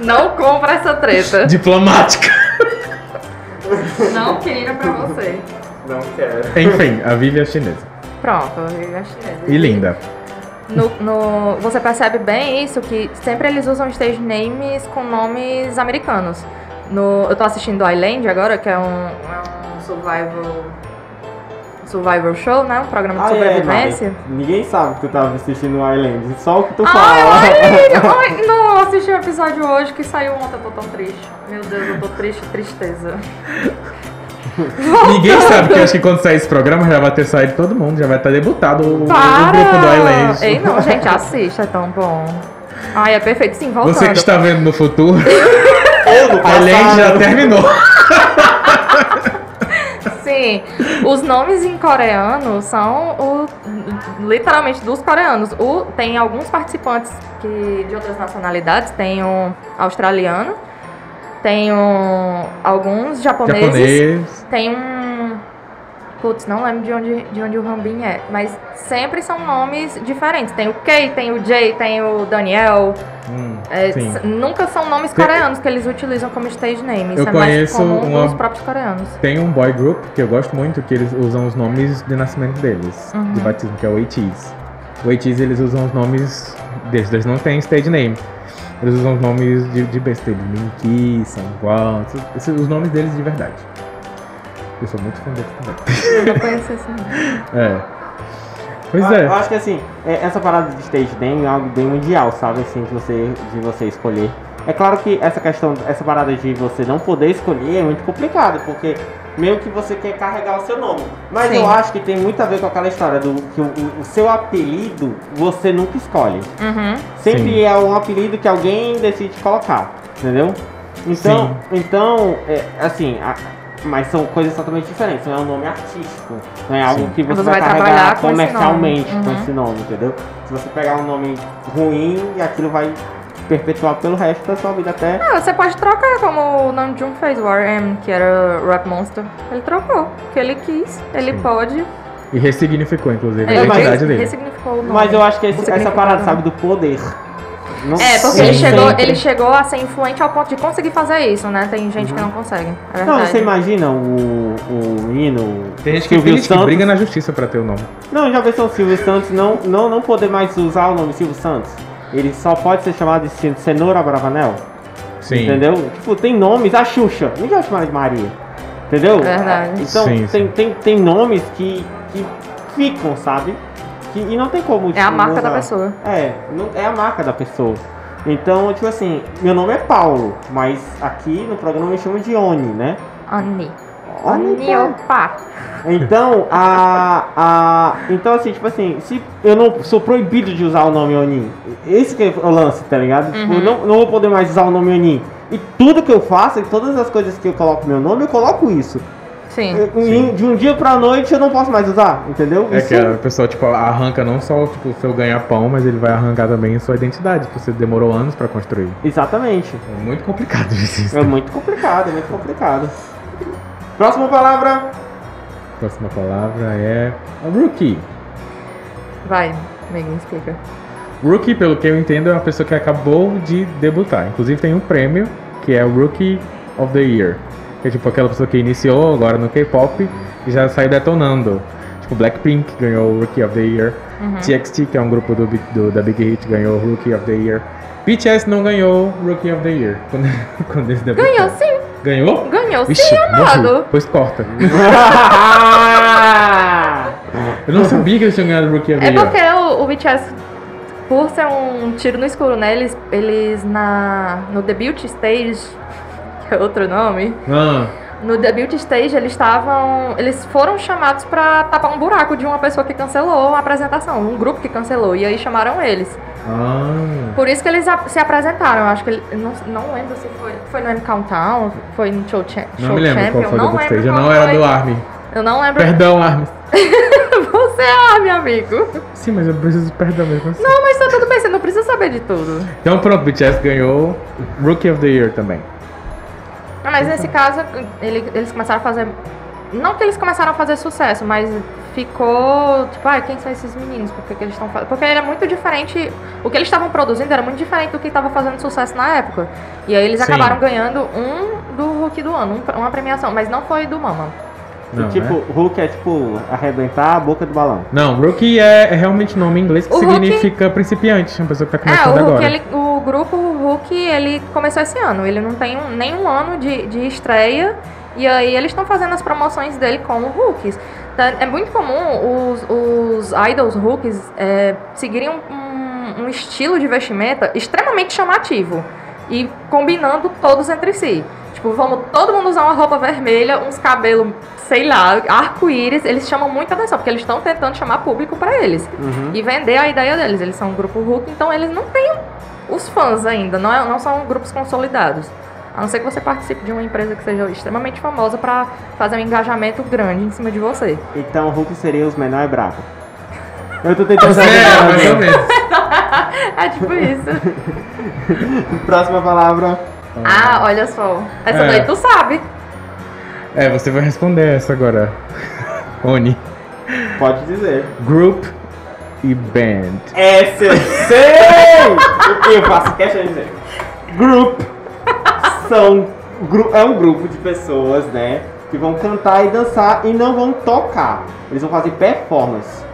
S2: Não compra essa treta.
S3: Diplomática.
S2: Não queira pra você.
S1: Não quero.
S3: Enfim, a Vivi é chinesa.
S2: Pronto, a Vivi é chinesa.
S3: E linda.
S2: No, no- você percebe bem isso, que sempre eles usam stage names com nomes americanos. No, eu tô assistindo Island agora, que é um, é um survival, survival show, né? Um programa de
S1: Ah, é,
S2: sobrevivência.
S1: Mari, Ninguém sabe que eu tava assistindo o Island, só o que
S2: Ah,
S1: tu fala.
S2: Ai, ai, ai, não, eu assisti o episódio hoje que saiu ontem, eu tô tão triste. Meu Deus, eu tô triste, tristeza.
S3: Ninguém sabe, porque acho que quando sair esse programa já vai ter saído todo mundo, já vai estar debutado o, o grupo do
S2: Para!
S3: Island. é
S2: Ei, não, gente, assista, é tão bom. Ai, é perfeito. Sim, voltando.
S3: Você que tá está vendo
S2: [laughs]
S3: no futuro,
S1: Ou do
S3: a Land já
S1: passado.
S3: terminou.
S2: Sim, os nomes em coreano são o, literalmente dos coreanos. O, tem alguns participantes que, de outras nacionalidades, tem um australiano, tem um, alguns japoneses,
S3: Japonês.
S2: tem um... Putz, não lembro de onde, de onde o Rambin é, mas sempre são nomes diferentes. Tem o Kei, tem o Jay, tem o Daniel.
S3: Hum,
S2: É,
S3: sim.
S2: s- nunca são nomes
S3: Tem-
S2: coreanos que eles utilizam como stage name. Isso
S3: Eu
S2: é mais
S3: conheço
S2: comum
S3: uma-
S2: dos próprios coreanos.
S3: Tem um boy group que eu gosto muito, que eles usam os nomes de nascimento deles,
S2: Uhum.
S3: de batismo, que é o ATs. O ATs eles usam os nomes deles, eles não têm stage name. Eles usam os nomes de, de besteira, de Minky, Sanguan, esses- esses- os nomes deles de verdade. Eu sou muito fã deles também.
S2: Eu conheço esse nome.
S3: É. Pois
S1: Ah,
S3: é.
S1: Eu acho que assim, é- essa parada de stage name é algo bem mundial, sabe? Assim, de você, de você escolher. É claro que essa questão, essa parada de você não poder escolher é muito complicada, porque meio que você quer carregar o seu nome. Mas
S2: Sim.
S1: eu acho que tem muito a ver com aquela história do que o, o- o seu apelido você nunca escolhe.
S2: Uhum.
S1: Sempre
S3: Sim.
S1: é um apelido que alguém decide colocar, entendeu? Então, então é, assim, a- mas são coisas totalmente diferentes, não é um nome artístico, não é algo
S3: Sim.
S1: que você,
S2: Você
S1: vai,
S2: vai
S1: carregar
S2: trabalhar com esse nome.
S1: comercialmente com
S2: Uhum.
S1: esse nome, entendeu? Se você pegar um nome ruim, aquilo vai perpetuar pelo resto da sua vida até.
S2: Ah, você pode trocar, como o Nam June fez, o RM, que era Rap Monster. Ele trocou, porque ele quis, ele
S3: Sim.
S2: pode.
S3: E ressignificou, inclusive, a
S2: ele
S1: mas-
S3: identidade
S2: É, res-
S3: dele.
S2: ressignificou o nome.
S1: Mas eu acho que esse-
S2: O
S1: essa
S2: significado,
S1: parada,
S2: né?
S1: sabe, do poder. Não
S2: É, porque
S3: Sim,
S2: ele chegou,
S1: sempre.
S2: ele chegou a ser influente ao ponto de conseguir fazer isso, né? Tem gente que não consegue. É verdade.
S1: Não, você imagina o, o hino.
S3: Tem gente que,
S1: Silvio
S3: tem gente que
S1: Santos.
S3: briga na justiça pra ter o nome.
S1: Não, já pensou o Silvio Santos não, não, não poder mais usar o nome Silvio Santos? Ele só pode ser chamado de Cenoura Bravanel?
S3: Sim.
S1: Entendeu? Tipo, tem nomes, a Xuxa, ninguém vai chamar de Maria. Entendeu?
S2: Verdade.
S1: Então,
S3: Sim,
S1: tem,
S3: sim.
S1: Tem, tem nomes que, que ficam, sabe? Que, e não tem como.
S2: É
S1: tipo,
S2: a marca da
S1: usar.
S2: pessoa.
S1: É, não- é a marca da pessoa. Então, tipo assim, meu nome é Paulo, mas aqui no programa me chamam de Oni, né?
S2: Ani.
S1: Oni,
S2: Ani,
S1: Paulo.
S2: opa.
S1: Então, a, a. Então, assim, tipo assim, se eu não sou proibido de usar o nome Oni. Esse que é o lance, tá ligado? Tipo, eu não, não vou poder mais usar o nome Oni. E tudo que eu faço, e todas as coisas que eu coloco meu nome, eu coloco isso.
S2: Sim.
S1: Eu- em- de um dia pra noite eu não posso mais usar, entendeu?
S3: É
S1: Isso-
S3: que a pessoa, tipo, arranca não só tipo, o seu ganha-pão, mas ele vai arrancar também a sua identidade, que você demorou anos pra construir.
S1: Exatamente.
S3: É muito complicado [laughs] isso.
S1: É muito complicado, é muito complicado. Próxima palavra.
S3: Próxima palavra é rookie.
S2: Vai, Megan, explica.
S3: Rookie, pelo que eu entendo, é uma pessoa que acabou de debutar. Inclusive tem um prêmio que é o Rookie of the Year. Que é tipo aquela pessoa que iniciou agora no K-pop e já saiu detonando. Tipo, Blackpink ganhou o Rookie of the Year.
S2: Uhum.
S3: TXT, que é um grupo do, Bi- do- da Big Hit, ganhou o Rookie of the Year. BTS não ganhou o Rookie of the Year [laughs] quando, quando eles debutaram.
S2: Ganhou sim,
S3: Ganhou?
S2: ganhou
S3: Vixe,
S2: [laughs] sim, amado.
S3: morreu. Pois corta.
S1: Ah!
S3: Eu não sabia que eles tinham ganhado o Rookie of the
S2: É
S3: Year.
S2: porque o, o BTS, por ser um tiro no escuro, né? Eles, eles na, no debut stage, [laughs] que é outro nome,
S3: Ah,
S2: no debut stage eles estavam. Eles foram chamados pra tapar um buraco de uma pessoa que cancelou a apresentação, um grupo que cancelou, e aí chamaram eles.
S3: ah.
S2: Por isso que eles a- se apresentaram, eu acho que ele, eu não, não lembro se foi, foi no M Countdown, foi no Show, Cha
S3: Não
S2: Show
S3: me lembro
S2: Champion,
S3: qual foi o
S2: não
S3: debut
S2: lembro
S3: stage. Eu
S2: qual
S3: não era
S2: foi.
S3: do Army.
S2: Eu não lembro. [laughs]
S3: Perdão, Army.
S2: Você é meu amigo.
S3: Sim, mas eu preciso de perdão mesmo assim.
S2: Não, mas tá tudo bem, você não precisa saber de tudo.
S3: Então pronto, BTS ganhou Rookie of the Year também.
S2: Não, Ah, mas nesse caso, ele- eles começaram a fazer. Não que eles começaram a fazer sucesso, mas ficou tipo, ai, quem são esses meninos? Por que, que eles estão fazendo? Porque era muito diferente. O que eles estavam produzindo era muito diferente do que estava fazendo sucesso na época. E aí eles
S3: Sim.
S2: acabaram ganhando um do Hulk do ano, um- uma premiação, mas não foi do Mama.
S3: Não,
S1: E, tipo,
S3: né?
S1: Hulk é tipo arrebentar a boca do balão.
S3: Não, Rookie é é realmente nome em inglês que
S2: O Rookie-
S3: significa principiante. Uma pessoa que tá
S2: É,
S3: começando
S2: o Hulk,
S3: agora.
S2: ele, o grupo Hulk, ele começou esse ano. Ele não tem um- nenhum ano de, de estreia. E aí eles estão fazendo as promoções dele como Hulks. Tá- É muito comum os, os idols Hulks é, seguirem um, um- um estilo de vestimenta extremamente chamativo. E combinando todos entre si. Tipo, vamos todo mundo usar uma roupa vermelha, uns cabelos, sei lá, arco-íris. Eles chamam muita atenção, porque eles estão tentando chamar público pra eles
S1: Uhum.
S2: e vender a ideia deles. Eles são um grupo Hulk, então eles não têm os fãs ainda, não, é- não são grupos consolidados. A não ser que você participe de uma empresa que seja extremamente famosa pra fazer um engajamento grande em cima de você. [laughs]
S1: Então Hulk seria os menores bravos. Eu tô tentando saber.
S3: [laughs] É,
S1: né?
S3: mais ou menos.
S2: É tipo isso.
S1: Próxima palavra.
S2: ah, olha só. Essa
S3: É.
S2: daí tu sabe.
S3: É, você vai responder essa agora. [laughs] Oni.
S1: Pode dizer.
S3: Group e band.
S1: SC! Eu faço questão de dizer. Group. São, gru- é um grupo de pessoas, né? Que vão cantar e dançar e não vão tocar. Eles vão fazer performance.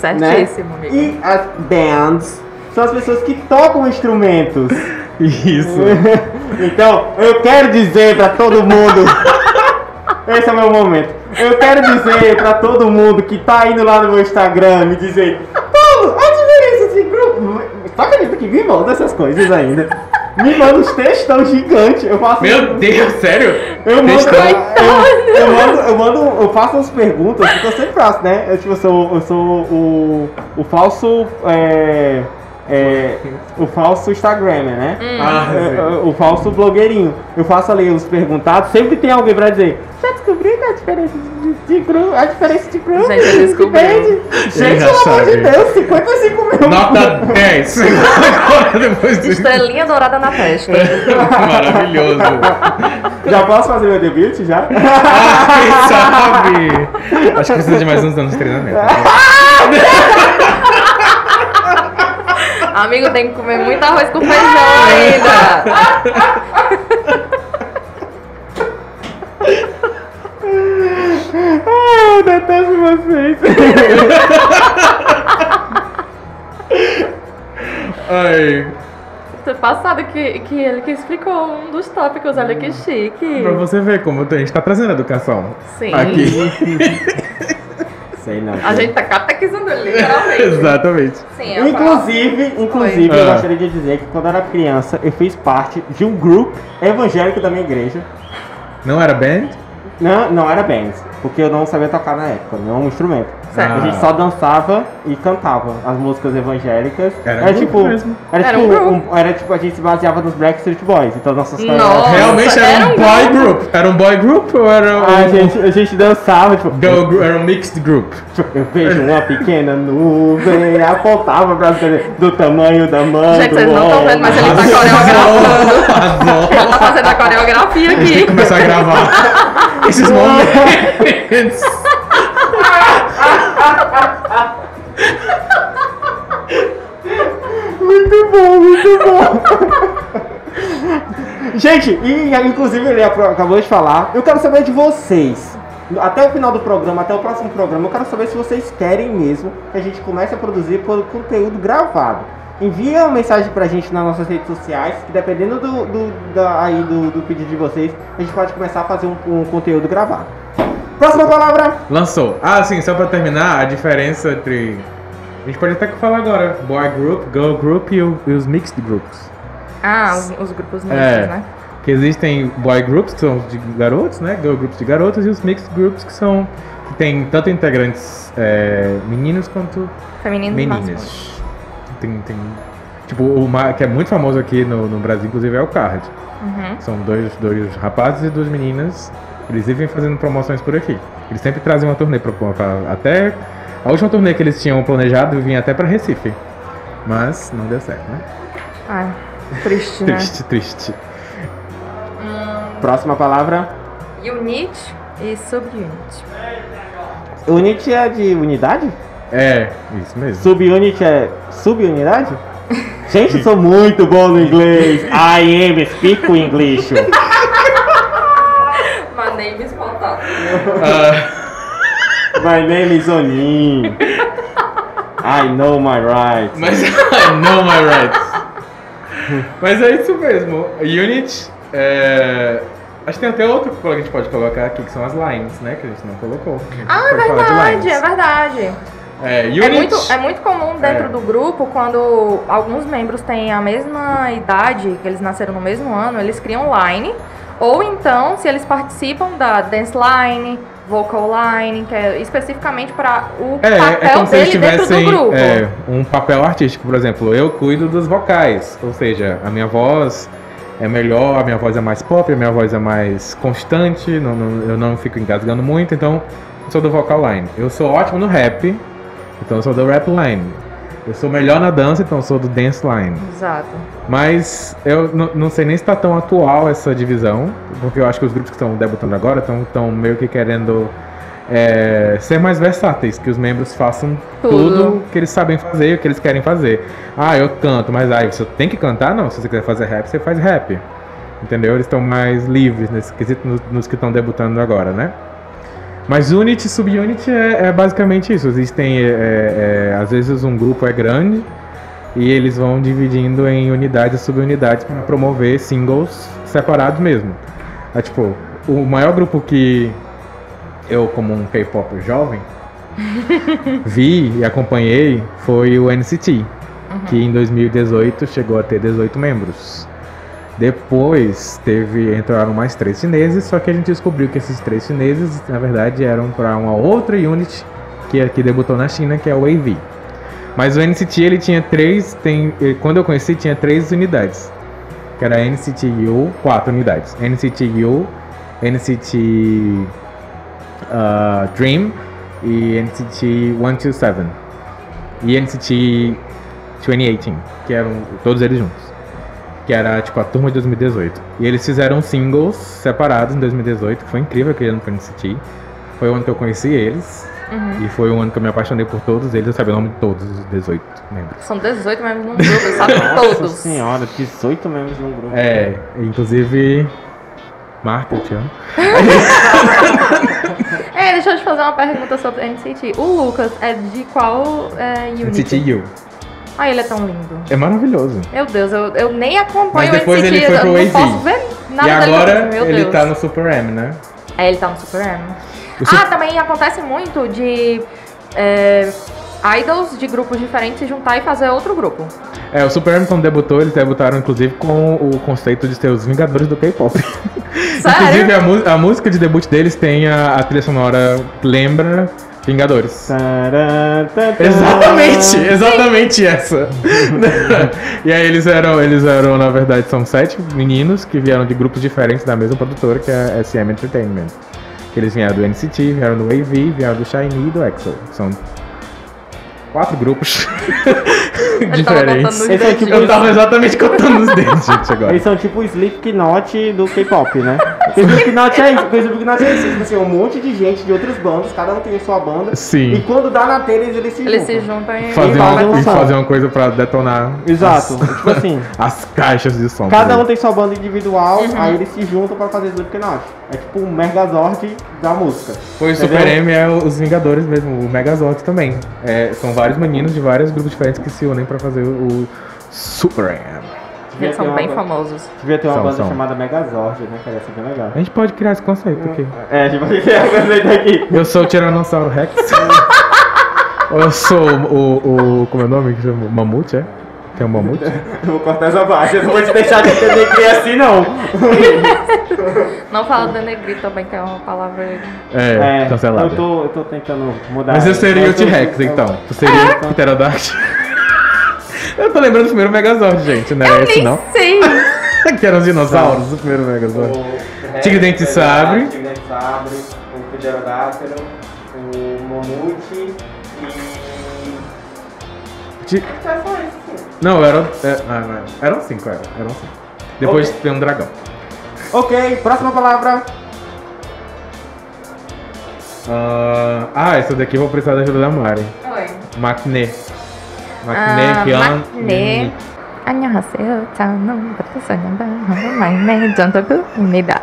S2: Certíssimo, amigo.
S1: E as bands são as pessoas que tocam instrumentos.
S3: Isso.
S1: [laughs] então, eu quero dizer pra todo
S3: [laughs]
S1: mundo. Esse é o meu momento. Eu quero dizer pra todo mundo que tá indo lá no meu Instagram me dizer: Paulo, a diferença de grupo. Só acredita que me manda essas coisas ainda. Me manda uns textão gigante. Eu faço.
S3: Meu Deus, sério?
S1: Eu mando,
S3: Textão?
S1: eu, eu mando, eu mando, eu faço as perguntas, porque eu sempre faço, né? Eu, tipo, eu sou, eu sou o, o falso, é, é, o falso Instagrammer, né?
S3: Ah,
S1: É,
S3: sim.
S1: é, o falso blogueirinho. Eu faço ali os perguntados, sempre tem alguém pra dizer, já descobriu a diferença de, de grupo, a diferença de grupo?
S2: Gente, eu descobri.
S1: Depende. Gente,
S3: já
S1: pelo amor de
S3: sabe.
S1: Deus, 55 mil.
S3: Nota 10. Agora depois disso.
S2: Estrelinha dourada na testa.
S3: Maravilhoso.
S1: Já posso fazer meu debut, já?
S3: Ah, quem sabe? Acho que precisa de mais uns anos
S2: [laughs]
S3: de treinamento.
S2: amigo, tem que comer muito arroz com feijão ainda.
S1: Ah, eu detesto vocês.
S3: Ai.
S2: Tô passado que, que ele que explicou um dos tópicos, olha que chique.
S3: Pra você ver como a gente tá trazendo educação
S2: Sim.
S3: [laughs] aqui.
S1: Sei não.
S2: A gente tá catequizando ele, literalmente.
S3: Exatamente.
S2: Sim, eu falo.
S1: Inclusive, inclusive,
S3: Oi.
S1: eu
S3: Ah.
S1: gostaria de dizer que quando eu era criança, eu fiz parte de um grupo evangélico da minha igreja.
S3: Não era band?
S1: Não, não era band, porque eu não sabia tocar na época, nenhum instrumento.
S2: Certo.
S3: Ah.
S1: A gente só dançava e cantava as músicas evangélicas.
S3: Era um
S1: era
S3: grupo
S1: tipo,
S3: mesmo.
S1: era
S2: Era
S1: tipo,
S2: um grupo.
S1: um- era tipo a gente se baseava nos Blackstreet Boys, então nossa história
S2: Nossa.
S1: era-
S3: Realmente era,
S2: era
S3: um
S2: um
S3: boy
S2: grupo.
S3: group. Era um boy group ou era um.
S1: A gente, a gente dançava, tipo,
S3: girl group? Era um mixed group.
S1: eu vejo uma pequena nuvem, apontava pra cima do tamanho da mão.
S2: Gente,
S1: do
S2: vocês não estão
S1: homem.
S2: vendo, mas ele tá coreografando. Ele tá fazendo a coreografia
S3: Tem que [laughs]
S2: aqui.
S3: começar a gravar esses momentos.
S1: Muito bom, muito bom. [laughs] Gente, e inclusive ele apro- acabou de falar. Eu quero saber de vocês. Até o final do programa, até o próximo programa, eu quero saber se vocês querem mesmo que a gente comece a produzir por conteúdo gravado. Envia uma mensagem pra gente nas nossas redes sociais, que dependendo do, do- da- aí do, do pedido de vocês, a gente pode começar a fazer um, um conteúdo gravado. Próxima palavra.
S3: Lançou. Ah, sim, só pra terminar, a diferença entre. A gente pode até falar agora: Boy Group, Girl Group e, o- e os Mixed Groups.
S2: Ah, os, os grupos mixtos,
S3: É.
S2: né?
S3: Que existem Boy Groups, que são de garotos, né? Girl Groups de garotos, e os Mixed Groups, que são. que tem tanto integrantes é, meninos quanto
S2: Feminino e masculino.
S3: meninas. Tem, tem. Tipo, o ma- que é muito famoso aqui no, no Brasil, inclusive, é o Card.
S2: Uhum.
S3: São dois, dois rapazes e duas meninas. Eles vivem fazendo promoções por aqui. Eles sempre trazem uma turnê pra, pra- até a última turnê que eles tinham planejado vinha até pra Recife. Mas não deu certo, né?
S2: Ai, triste, né?
S3: Triste, triste.
S1: Próxima palavra.
S2: Unit e subunit.
S1: Unit é de unidade?
S3: É, isso mesmo.
S1: Subunit é subunidade? Gente, eu sou muito bom no inglês. I am speak English.
S2: My name is contato.
S3: Ah,
S1: My name is Onin. I know my rights.
S3: mas não my rights. [laughs] Mas é isso mesmo. Unit. É... Acho que tem até outro que a gente pode colocar aqui, que são as lines, né? Que a gente não colocou.
S2: Ah, é verdade, é verdade.
S3: É, unit.
S2: É muito, é muito comum dentro
S3: É.
S2: do grupo, quando alguns membros têm a mesma idade, que eles nasceram no mesmo ano, eles criam line. Ou então, se eles participam da dance line, vocal line, que é especificamente para o
S3: É, é
S2: papel
S3: como se eles
S2: dele dentro do
S3: tivessem
S2: grupo.
S3: é, um papel artístico, por exemplo, eu cuido dos vocais, ou seja, a minha voz é melhor, a minha voz é mais pop, a minha voz é mais constante, não- não- eu não fico engasgando muito, então eu sou do vocal line. Eu sou ótimo no rap, então eu sou do rap line. Eu sou melhor na dança, então eu sou do dance line.
S2: Exato.
S3: Mas eu n- não sei nem se tá tão atual essa divisão, porque eu acho que os grupos que estão debutando agora estão tão meio que querendo é, ser mais versáteis, que os membros façam tudo.
S2: Tudo.
S3: que eles sabem fazer e o que eles querem fazer. Ah, eu canto, mas aí você tem que cantar? Não, se você quiser fazer rap, você faz rap. Entendeu? Eles estão mais livres nesse quesito nos, nos que estão debutando agora, né? Mas unit e subunit é, é basicamente isso. Existem, é, é, às vezes um grupo é grande e eles vão dividindo em unidades e subunidades para promover singles separados mesmo. É tipo, o maior grupo que eu, como um K-pop jovem, vi e acompanhei foi o NCT, que em 2018 chegou a ter 18 membros. Depois teve entraram mais três chineses, só que a gente descobriu que esses três chineses, na verdade, eram para uma outra unit que aqui debutou na China, que é o AV. Mas o NCT ele tinha três, tem, eh, quando eu conheci tinha três unidades. Que era NCT U, quatro unidades. NCT U, NCT ah, Dream e NCT 127. E NCT 2018, que eram todos eles juntos. Que era tipo a turma de 2018. E eles fizeram singles separados em 2018, que foi incrível aquele ano pro NCT. Foi o ano que eu conheci eles.
S2: Uhum.
S3: E foi o ano que eu me apaixonei por todos eles, eu sabia o nome de todos os 18 membros.
S2: São 18 membros num grupo, sabe
S1: Nossa
S2: todos.
S1: senhora, 18 membros num grupo.
S3: É, inclusive. Marta, eu te amo.
S2: É, deixa eu te fazer uma pergunta sobre NCT. O Lucas é de qual é, unit?
S3: NCT U.
S2: Ai, ele é tão lindo.
S3: É maravilhoso.
S2: Meu Deus, eu, eu nem acompanho
S3: Mas depois
S2: esse
S3: ele
S2: dia,
S3: foi pro
S2: eu
S3: AV.
S2: não posso ver nada
S3: e
S2: dele,
S3: agora
S2: meu
S3: ele
S2: Deus.
S3: tá no Super M, né?
S2: É, ele tá no Super M.
S3: O
S2: Ah, também acontece muito de é, idols de grupos diferentes se juntar e fazer outro grupo.
S3: É, o Super M quando debutou, eles debutaram inclusive com o conceito de ser os Vingadores
S2: [laughs]
S3: do K-pop.
S2: Sério?
S3: Inclusive a, mu- a música de debut deles tem a, a trilha sonora que lembra Vingadores.
S1: Tará, tá, tá.
S3: Exatamente,
S2: [laughs]
S3: exatamente essa. e aí eles eram, eles eram, na verdade, são sete meninos que vieram de grupos diferentes da mesma produtora, que é a SM Entertainment. Eles vieram do NCT, vieram do AV, vieram do Shiny e do EXO. São
S2: [laughs]
S3: quatro grupos [laughs]
S2: Ele tava contando
S3: diferentes.
S2: os
S1: Esse é
S2: dedinhos.
S1: tipo-
S3: Eu tava exatamente contando os dedos,
S2: [laughs]
S3: gente, agora.
S1: Eles são tipo o Slipknot do K-pop, né? Porque o Slipknot é isso, porque o Slipknot é isso. tipo Assim, um monte de gente de outros bandos, cada um tem a sua banda.
S3: Sim.
S1: E quando dá na telha, eles,
S3: é um
S1: eles se
S2: Eles se
S1: juntam.
S2: juntam e...
S3: Fazer
S1: fazem
S3: uma,
S1: um
S3: e
S1: som.
S3: fazer uma coisa pra detonar
S1: Exato. tipo assim,
S3: as caixas de som.
S1: cada um tem sua banda individual,
S2: Uhum.
S1: aí eles se juntam pra fazer Slipknot. É tipo um Megazord da música.
S3: Foi o
S1: Entendeu?
S3: Super M é os Vingadores mesmo, o Megazord também. É, são vários meninos de vários grupos diferentes que se unem pra fazer o Super M.
S2: Eles
S1: ter
S2: são
S1: uma
S2: bem
S1: ba-
S2: famosos.
S1: Devia ter uma
S3: São,
S1: banda
S3: são.
S1: chamada Megazord, né? Que ia ser bem legal.
S3: A gente pode criar esse conceito aqui.
S1: É, tipo, [laughs] essa daqui.
S3: Eu sou o Tiranossauro [laughs] Rex. Ou eu sou o, o. Como é o nome? que chama? Mamute, é? Tem um mamute?
S1: Eu vou cortar essa parte, eu não vou te deixar de entender que é assim, não.
S2: Não fala denegrir também, que é uma palavra.
S3: É, cancelado.
S1: Eu tô, eu tô tentando mudar.
S3: Mas eu seria o
S1: tô-
S3: T-Rex,
S1: eu-
S3: então. Tu seria
S1: [laughs]
S3: o Pterodáctil. [laughs] Eu tô lembrando do primeiro Megazord, gente. Não era esse, não? [laughs] É
S2: Sim!
S3: Que eram os dinossauros, o primeiro Megazord.
S1: O
S3: Tigre Dente
S1: o
S3: Sabre.
S1: Tigre Dente Sabre, o Pterodátero, o Mamute e.
S3: Ti-
S1: É só isso.
S3: Não, eram. é, ah, não, era- Eram cinco, era. Eram cinco. Depois tem um dragão.
S1: Ok, próxima palavra.
S3: Ah, ah, essa daqui eu vou precisar da ajuda da Mari.
S2: Oi.
S3: Macne.
S2: Ah,
S3: Macne, é um Rian.
S2: Macne. 안녕하세요. 저는 박수선입니다. 마이네 전도구입니다.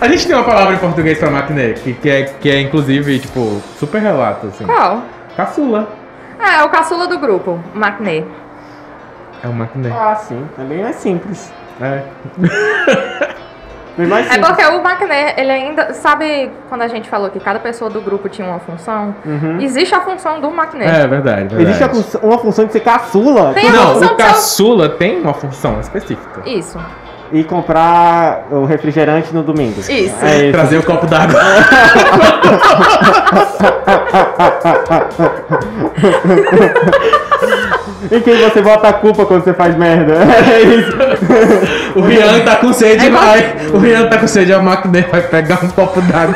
S3: A gente tem uma palavra em português pra Macne, que, que, é, que é inclusive, tipo, super relato, assim.
S2: Qual?
S3: Caçula.
S2: Ah, é o caçula do grupo, Macne.
S3: É o Macne.
S1: Ah, sim, também é simples.
S3: É.
S1: Bem mais
S2: É
S1: simples.
S2: porque o Macne, ele ainda. Sabe quando a gente falou que cada pessoa do grupo tinha uma função?
S1: Uhum.
S2: Existe a função do Macne.
S3: É, verdade, É verdade.
S1: Existe a função- uma função de ser caçula
S2: Tem a
S3: Não,
S2: função
S3: o
S2: de ser o-
S3: caçula tem uma função específica.
S2: Isso.
S1: e comprar o refrigerante no domingo.
S2: Isso.
S1: É
S3: [laughs]
S1: isso.
S3: Trazer o copo d'água.
S1: E quem você bota a culpa quando você faz
S3: [laughs]
S1: merda? É isso.
S3: O Rian tá com sede,
S2: É igual-
S3: vai. O Rian tá com sede, a Macne vai pegar um copo d'água.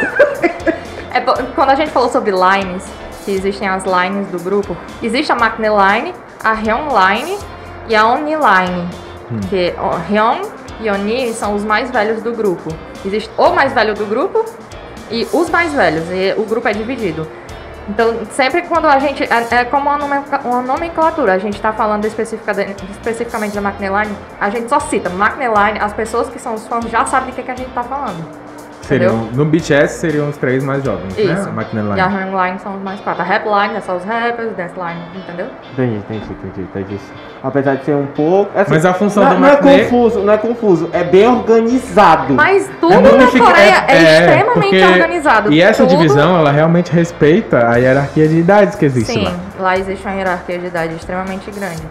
S2: É po- quando a gente falou sobre lines, que existem as lines do grupo, existe a Macne Line, a Rion Line e a Oni Line. Que ó, Rion e Oni são os mais velhos do grupo. Existe o mais velho do grupo e os mais velhos, e o grupo é dividido. Então, sempre quando a gente. É, é como uma, nomenca- uma nomenclatura, a gente tá falando especifica- especificamente da Macne Line, a gente só cita Macne Line, as pessoas que são os fãs já sabem do que, que a gente tá falando.
S3: Seriam, um- no BTS seriam os três mais jovens, né?
S2: Isso.
S3: A Macne Line.
S2: E a hangline são os mais quatro. A rap line é só os rappers, dance line, entendeu?
S3: Hum.
S1: Entendi, entendi, entendi, entendi. Apesar de ser um pouco. assim,
S3: Mas a função
S1: não,
S3: do
S1: não é
S3: Macne-
S1: confuso, não é confuso. É bem organizado.
S2: Mas tudo
S3: É
S2: na
S3: unifica-
S2: Coreia é,
S3: é- é,
S2: extremamente
S3: porque-
S2: organizado.
S3: E essa
S2: Tudo-
S3: divisão, Então, é ela realmente respeita a hierarquia de idades que existe
S2: Sim,
S3: lá.
S2: lá existe uma hierarquia de idade extremamente grande.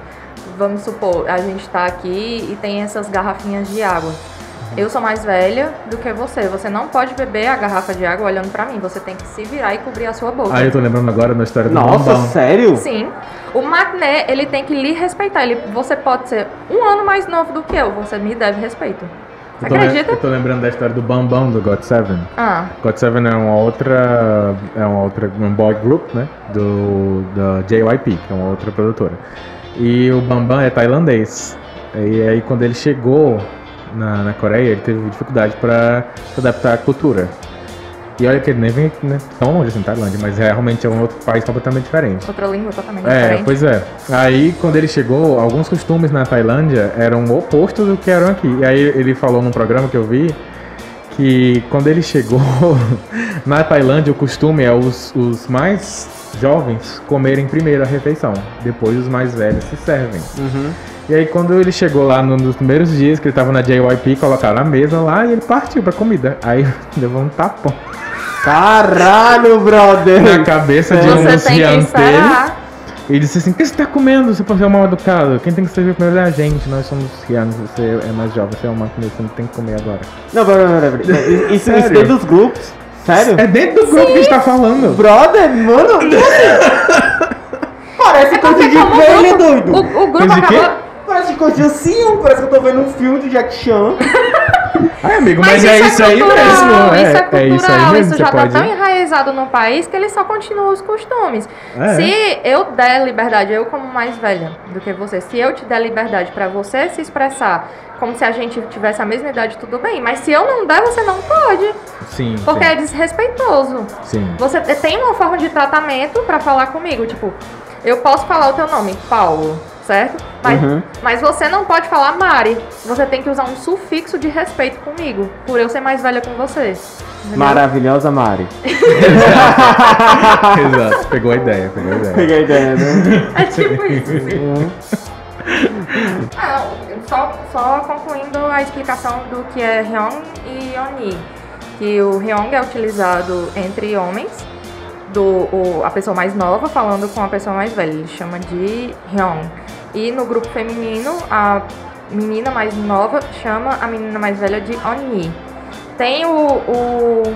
S2: Vamos supor, a gente tá aqui e tem essas garrafinhas de água.
S3: Uhum.
S2: Eu sou mais velha do que você. Você não pode beber a garrafa de água olhando pra mim. Você tem que se virar e cobrir a sua boca.
S3: Aí eu tô lembrando agora da história do
S1: Nossa,
S3: Bambam.
S1: sério?
S2: Sim. O Macné, ele tem que lhe respeitar. Ele, você pode ser um ano mais novo do que eu. Você me deve respeito. Você
S3: Eu tô,
S2: acredita?
S3: eu tô lembrando da história do Bambam do God Seven.
S2: Ah,
S3: God Seven é uma outra. É uma outra. Um boy group, né? Do. Da JYP, que é uma outra produtora. E o Bambam é tailandês. E aí quando ele chegou na, na Coreia, ele teve dificuldade pra se adaptar à cultura. E olha que ele nem vem né, tão longe assim, Tailândia, mas realmente é um outro país completamente diferente.
S2: outra língua totalmente
S3: É,
S2: diferente.
S3: pois é. Aí, quando ele chegou, alguns costumes na Tailândia eram o oposto do que eram aqui. E aí, ele falou num programa que eu vi que quando ele chegou [laughs] na Tailândia, o costume é os, os mais jovens comerem primeiro a refeição, depois os mais velhos se servem.
S1: Uhum.
S3: E aí, quando ele chegou lá no- nos primeiros dias que ele tava na JYP, colocaram a mesa lá e ele partiu pra comida. Aí, [laughs] levou um tapão
S1: Caralho, brother!
S2: [laughs]
S3: na cabeça de um dos
S2: Você tem que
S3: rians dele.
S2: esperar.
S3: Ele disse assim, o que você tá comendo, seu professor mal educado? Quem tem que servir primeiro é a gente, nós somos rianos, você é mais jovem, você é uma criança, você não tem que comer agora.
S1: Não, pera, pera, pera, [laughs] pera. Isso- Isso, isso
S3: Sério?
S1: dentro dos grupos. Sério?
S3: É dentro do grupo que a gente tá falando.
S1: Brother, mano! [laughs]
S2: É
S1: Parece coisa de
S2: como
S1: velho,
S2: o grupo-
S1: doido!
S2: tá O, o grupo
S3: Mas de quê?
S2: acabou.
S1: Parece coisa de ancinho, parece que eu tô vendo um filme do Jack Chan.
S3: Ai, amigo, mas, é isso aí mesmo.
S2: cultural, Isso é
S3: é
S2: cultural,
S3: isso aí mesmo,
S2: isso
S3: você
S2: já
S3: pode...
S2: tá tão enraizado no país que eles só continuam os costumes.
S3: É.
S2: Se eu der liberdade, eu como mais velha do que você, se eu te der liberdade pra você se expressar como se a gente tivesse a mesma idade, tudo bem. Mas se eu não der, você não pode,
S3: Sim,
S2: porque é desrespeitoso.
S3: sim.
S2: Você tem uma forma de tratamento pra falar comigo, tipo, eu posso falar o teu nome, Paulo, certo? Mas,
S1: Uhum.
S2: mas você não pode falar Mari. Você tem que usar um sufixo de respeito comigo, por eu ser mais velha com você.
S1: Maravilhosa Mari.
S3: [laughs] Exato, pegou a ideia, pegou a ideia.
S1: Peguei a ideia, né?
S2: É tipo isso. Ah, não, só, só concluindo a explicação do que é Ryong e Oni. Que o Ryong é utilizado entre homens, do, o- a pessoa mais nova falando com a pessoa mais velha. Ele chama de Ryong. E no grupo feminino, a menina mais nova chama a menina mais velha de Oni. Tem o, o-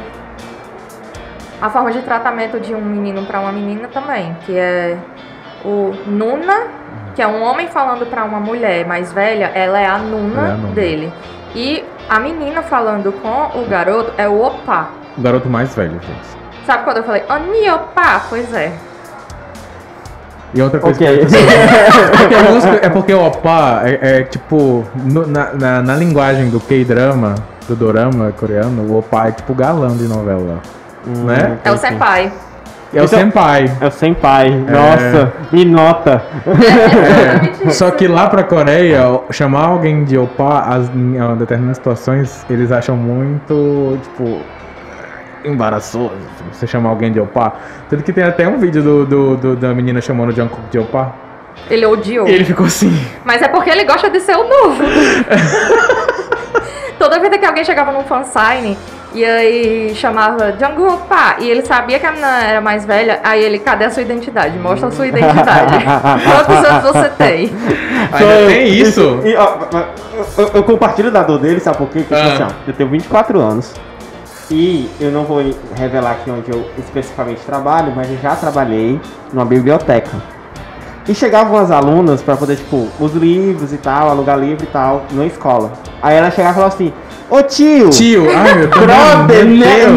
S2: a forma de tratamento de um menino para uma menina também, que é o Nuna, que é um homem falando para uma mulher mais velha, ela é a Nuna,
S3: Ela é a Nuna.
S2: dele. E a menina falando com o garoto é o Opa.
S3: O garoto mais velho, gente.
S2: Sabe quando eu falei Oni Opa? Pois é.
S3: E outra
S1: [laughs] [laughs]
S3: coisa
S1: ok. [laughs]
S3: É que algumas co- é porque o opa é, é tipo, no- na, na, na linguagem do K-drama, do dorama coreano, o opa é tipo galã de novela.
S1: Hum,
S3: Né?
S2: É o
S3: [laughs]
S2: Senpai.
S3: É o
S1: Então-
S3: senpai.
S1: É o senpai. Nossa, me nota.
S2: Exatamente
S3: Só
S2: isso.
S3: que lá pra Coreia, o- chamar alguém de opa as, em ah, determinadas situações, eles acham muito, tipo, embaraçoso assim, você chamar alguém de opa. Tanto que tem até um vídeo do, do, do- da menina chamando o Jungkook de opa.
S2: Ele odiou.
S3: E ele ficou assim.
S2: Mas é porque ele gosta de ser o
S3: [laughs]
S2: novo. Toda vida que alguém chegava num fansign e aí chamava Jungkook pá, e ele sabia que a menina era mais velha, aí ele, cadê a sua identidade? Mostra a
S3: [laughs]
S2: sua identidade. Quantos anos você tem?
S3: Ainda tem isso?
S1: E, ó, eu, eu compartilho da dor dele, sabe por quê? Porque,
S3: Ah.
S1: assim, ó, eu tenho 24 anos. E eu não vou revelar aqui onde eu especificamente trabalho, mas eu já trabalhei numa biblioteca. E chegavam as alunas pra poder, tipo, os livros e tal, alugar livro e tal, na escola. Aí ela chegava e falava assim, ô tio!
S3: Tio, ai meu Deus.
S1: Brother,
S3: meu
S1: né?
S3: Deus.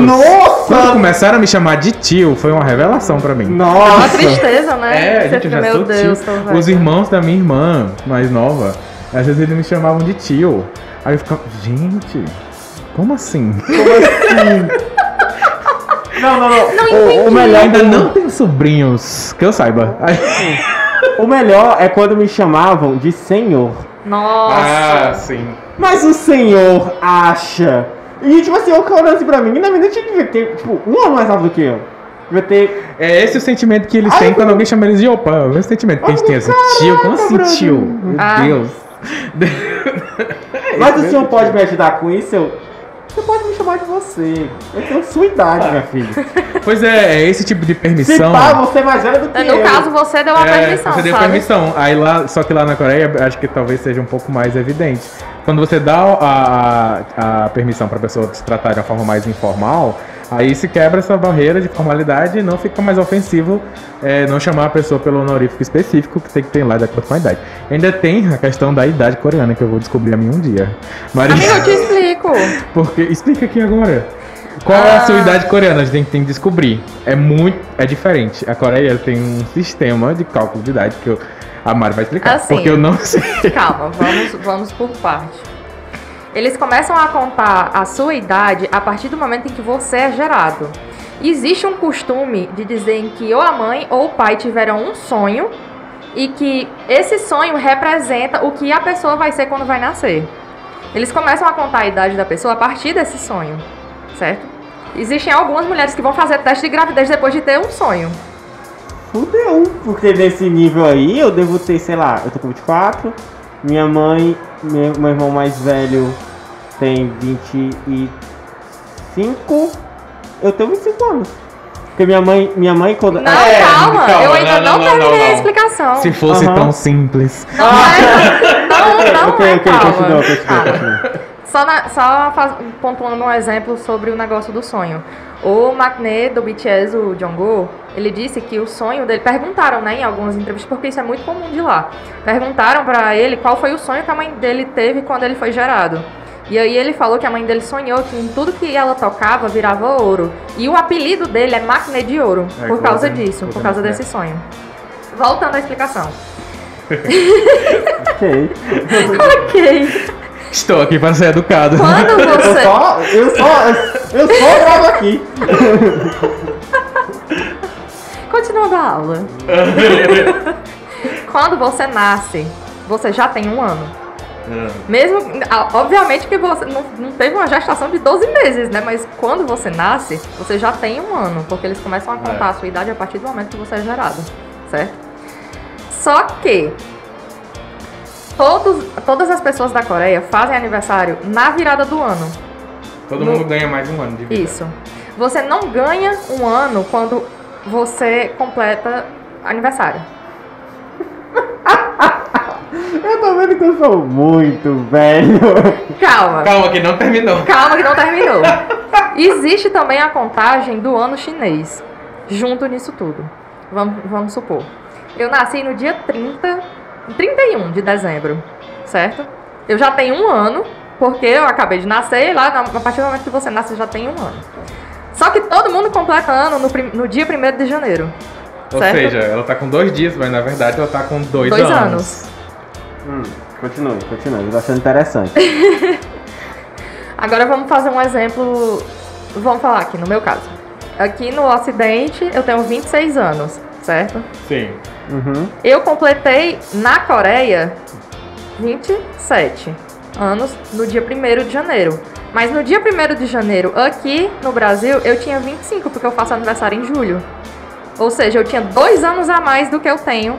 S3: Quando
S1: Nossa!
S3: começaram a me chamar de tio, foi uma revelação pra mim.
S2: É uma
S1: Nossa!
S2: tristeza, né?
S3: É,
S2: Você
S3: gente, eu
S2: fica,
S3: já
S2: meu
S3: sou
S2: Deus, tô
S3: tio.
S2: velha."
S3: Os irmãos da minha irmã, mais nova, às vezes eles me chamavam de tio. Aí eu ficava, gente, como assim?
S1: Não, não, não.
S2: entendi.
S1: o, o melhor
S3: ainda
S1: do-
S3: não tem sobrinhos, que eu saiba. Aí-
S1: O melhor é quando me chamavam de senhor.
S3: ah,
S2: Nossa.
S3: sim.
S1: Mas o senhor acha. E tipo assim, eu olhando assim pra mim, e na verdade ele devia ter, tipo, um ano mais rápido do que eu. Devia ter.
S3: É esse o sentimento que eles
S1: Ai,
S3: têm
S1: meu-
S3: quando alguém chama eles de opa. É o mesmo sentimento que a gente tem assim, tio, como assim
S1: brother.
S3: tio? Meu
S2: Ah.
S3: Deus.
S1: Mas o senhor pode me ajudar com isso? Eu. Você pode me chamar de você. Eu tenho sua idade, minha filha.
S3: Pois é, é esse tipo de
S1: Se
S3: permissão.
S1: pá, você é mais velha do que eu.
S2: No caso, você deu a
S3: É,
S2: permissão,
S3: você deu
S2: sabe?
S3: permissão. Aí lá, só que lá na Coreia, acho que talvez seja um pouco mais evidente. Quando você dá a, a, a permissão para pessoa se tratar de uma forma mais informal, aí se quebra essa barreira de formalidade e não fica mais ofensivo é, não chamar a pessoa pelo honorífico específico que tem que ter lá de acordo com a idade. Ainda tem a questão da idade coreana que eu vou descobrir a mim um dia.
S2: Amigo, eu
S3: Maria,
S2: te explico.
S3: porque explica aqui agora. Qual é a
S1: Ah.
S3: sua idade coreana? A gente tem, tem que descobrir. É muito. É diferente. A Coreia tem um sistema de cálculo de idade que eu- a Mari vai explicar.
S2: Assim.
S3: Porque eu não [laughs] sei.
S2: Calma, vamos, vamos por parte. Eles começam a contar a sua idade a partir do momento em que você é gerado. Existe um costume de dizer em que ou a mãe ou o pai tiveram um sonho e que esse sonho representa o que a pessoa vai ser quando vai nascer. Eles começam a contar a idade da pessoa a partir desse sonho, certo? Existem algumas mulheres que vão fazer teste de gravidez depois de ter um sonho.
S1: Fudeu. Porque nesse nível aí, eu devo ter, sei lá, eu tô com 24. Minha mãe, meu, meu irmão mais velho tem 25. Eu tenho 25 anos. Porque minha mãe, minha mãe quando.
S2: Não,
S1: É,
S2: calma,
S3: calma,
S2: eu ainda não,
S3: não, não, não,
S2: terminei
S3: não.
S2: a explicação.
S3: Se fosse
S1: Aham.
S3: tão simples.
S2: Não é. Não, não
S1: ok,
S2: é
S1: ok,
S2: calma.
S1: continua, continua,
S2: Calma.
S1: continua.
S2: Só, na- só faz- pontuando um exemplo sobre o negócio do sonho. O Maknae do BTS, o Jungkook, ele disse que o sonho dele... Perguntaram, né, em algumas entrevistas, porque isso é muito comum de lá. Perguntaram pra ele qual foi o sonho que a mãe dele teve quando ele foi gerado. E aí ele falou que a mãe dele sonhou que em tudo que ela tocava virava ouro. E o apelido dele é Maknae de Ouro,
S3: É,
S2: por
S3: que
S2: causa
S3: você-
S2: disso,
S3: você
S2: por causa
S3: não-
S2: desse sonho. Voltando à explicação. [laughs]
S1: Ok.
S2: ok.
S3: Estou aqui para ser educado.
S2: Quando
S1: Eu
S2: você...
S1: só, eu só, eu só gravo aqui.
S2: Continuando a aula. Quando você nasce, você já tem um ano. Mesmo, ah, obviamente que você não, não teve uma gestação de 12 meses, né? Mas quando você nasce, você já tem um ano, porque eles começam a contar
S4: É.
S2: a sua idade a partir do momento que você é gerado, certo? Só que todos, todas as pessoas da Coreia fazem aniversário na virada do ano.
S3: Todo mundo ganha mais um ano de vida.
S2: Isso. Você não ganha um ano quando você completa aniversário.
S1: Eu tô vendo que eu sou muito velho.
S2: Calma.
S3: Calma, que não terminou.
S2: Calma que não terminou. Existe também a contagem do ano chinês, junto nisso tudo. Vamos, vamos supor. Eu nasci no dia 30, 31 de dezembro, certo? Eu já tenho um ano, porque eu acabei de nascer e lá, na- a partir do momento que você nasce, já tem um ano. Só que todo mundo completa ano no, prim- no dia 1 de janeiro.
S3: Ou
S2: Certo.
S3: seja, ela tá com dois dias, mas na verdade ela tá com dois,
S2: Dois
S3: anos.
S1: Hum, continue, continue. Eu tô achando interessante.
S2: Agora vamos fazer um exemplo. Vamos falar aqui, no meu caso. Aqui no Ocidente, eu tenho 26 anos, certo?
S3: Sim.
S1: Uhum.
S2: Eu completei na Coreia 27 anos no dia 1 de janeiro. Mas no dia 1 de janeiro, aqui no Brasil, eu tinha 25, porque eu faço aniversário em julho. Ou seja, eu tinha dois anos a mais do que eu tenho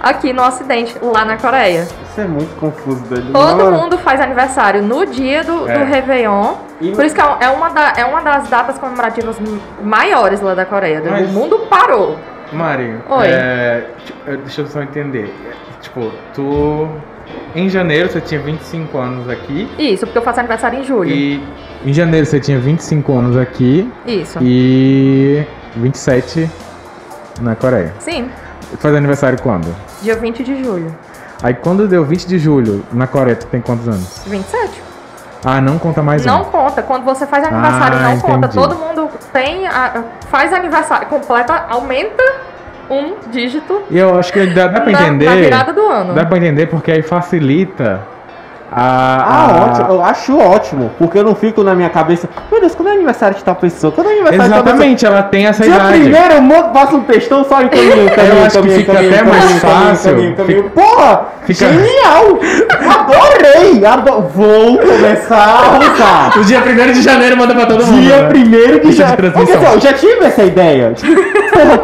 S2: aqui no Ocidente, lá na Coreia.
S1: Isso é muito confuso dele.
S2: Todo mundo faz aniversário no dia do, do
S3: É.
S2: Réveillon.
S1: E-
S2: Por isso que é um- é uma, da- é uma das datas comemorativas maiores lá da Coreia.
S3: Mas-
S2: O mundo parou.
S3: Mário,
S2: Oi.
S3: é, ti- eh, deixa eu só entender. Tipo, tu. Em janeiro você tinha 25 anos aqui.
S2: Isso, porque eu faço aniversário em julho.
S3: E. Em janeiro você tinha 25 anos aqui
S2: Isso.
S3: e. 27 na Coreia.
S2: Sim,
S3: Tu faz aniversário quando?
S2: dia 20 de julho.
S3: Aí quando deu 20 de julho na Coreia, tu tem quantos anos?
S2: 27.
S3: Ah, não conta mais
S2: não
S3: um.
S2: conta. Quando você faz aniversário,
S3: Ah,
S2: não conta.
S3: entendi.
S2: Todo mundo tem. a- faz aniversário, completa, aumenta um dígito
S3: E eu acho que é dá, dá pra
S2: na,
S3: entender.
S2: na virada do ano.
S3: Dá pra entender porque aí facilita a.
S1: Ah,
S3: a-
S1: ótimo. Eu acho ótimo, porque eu não fico na minha cabeça. Meu Deus, quando é aniversário de tal pessoa? Quando é aniversário
S3: Exatamente, ela tem essa
S1: de tal pessoa? Dia
S3: idade.
S1: primeiro eu monto, faço um textão só em caminho, caminho,
S3: [laughs] Eu acho que
S1: caminho,
S3: fica
S1: caminho,
S3: até
S1: caminho,
S3: mais
S1: caminho,
S3: fácil.
S1: caminho, caminho. Porra!
S3: fica-
S1: Genial! Adorei! Ado- Vou começar a usar!
S3: O dia 1 de janeiro manda pra todo mundo.
S1: Dia
S3: né?
S1: 1 de
S3: Ficha de
S1: janeiro. Porque
S3: transmissão.
S1: assim, ó, eu já tive essa ideia. Tipo, porra,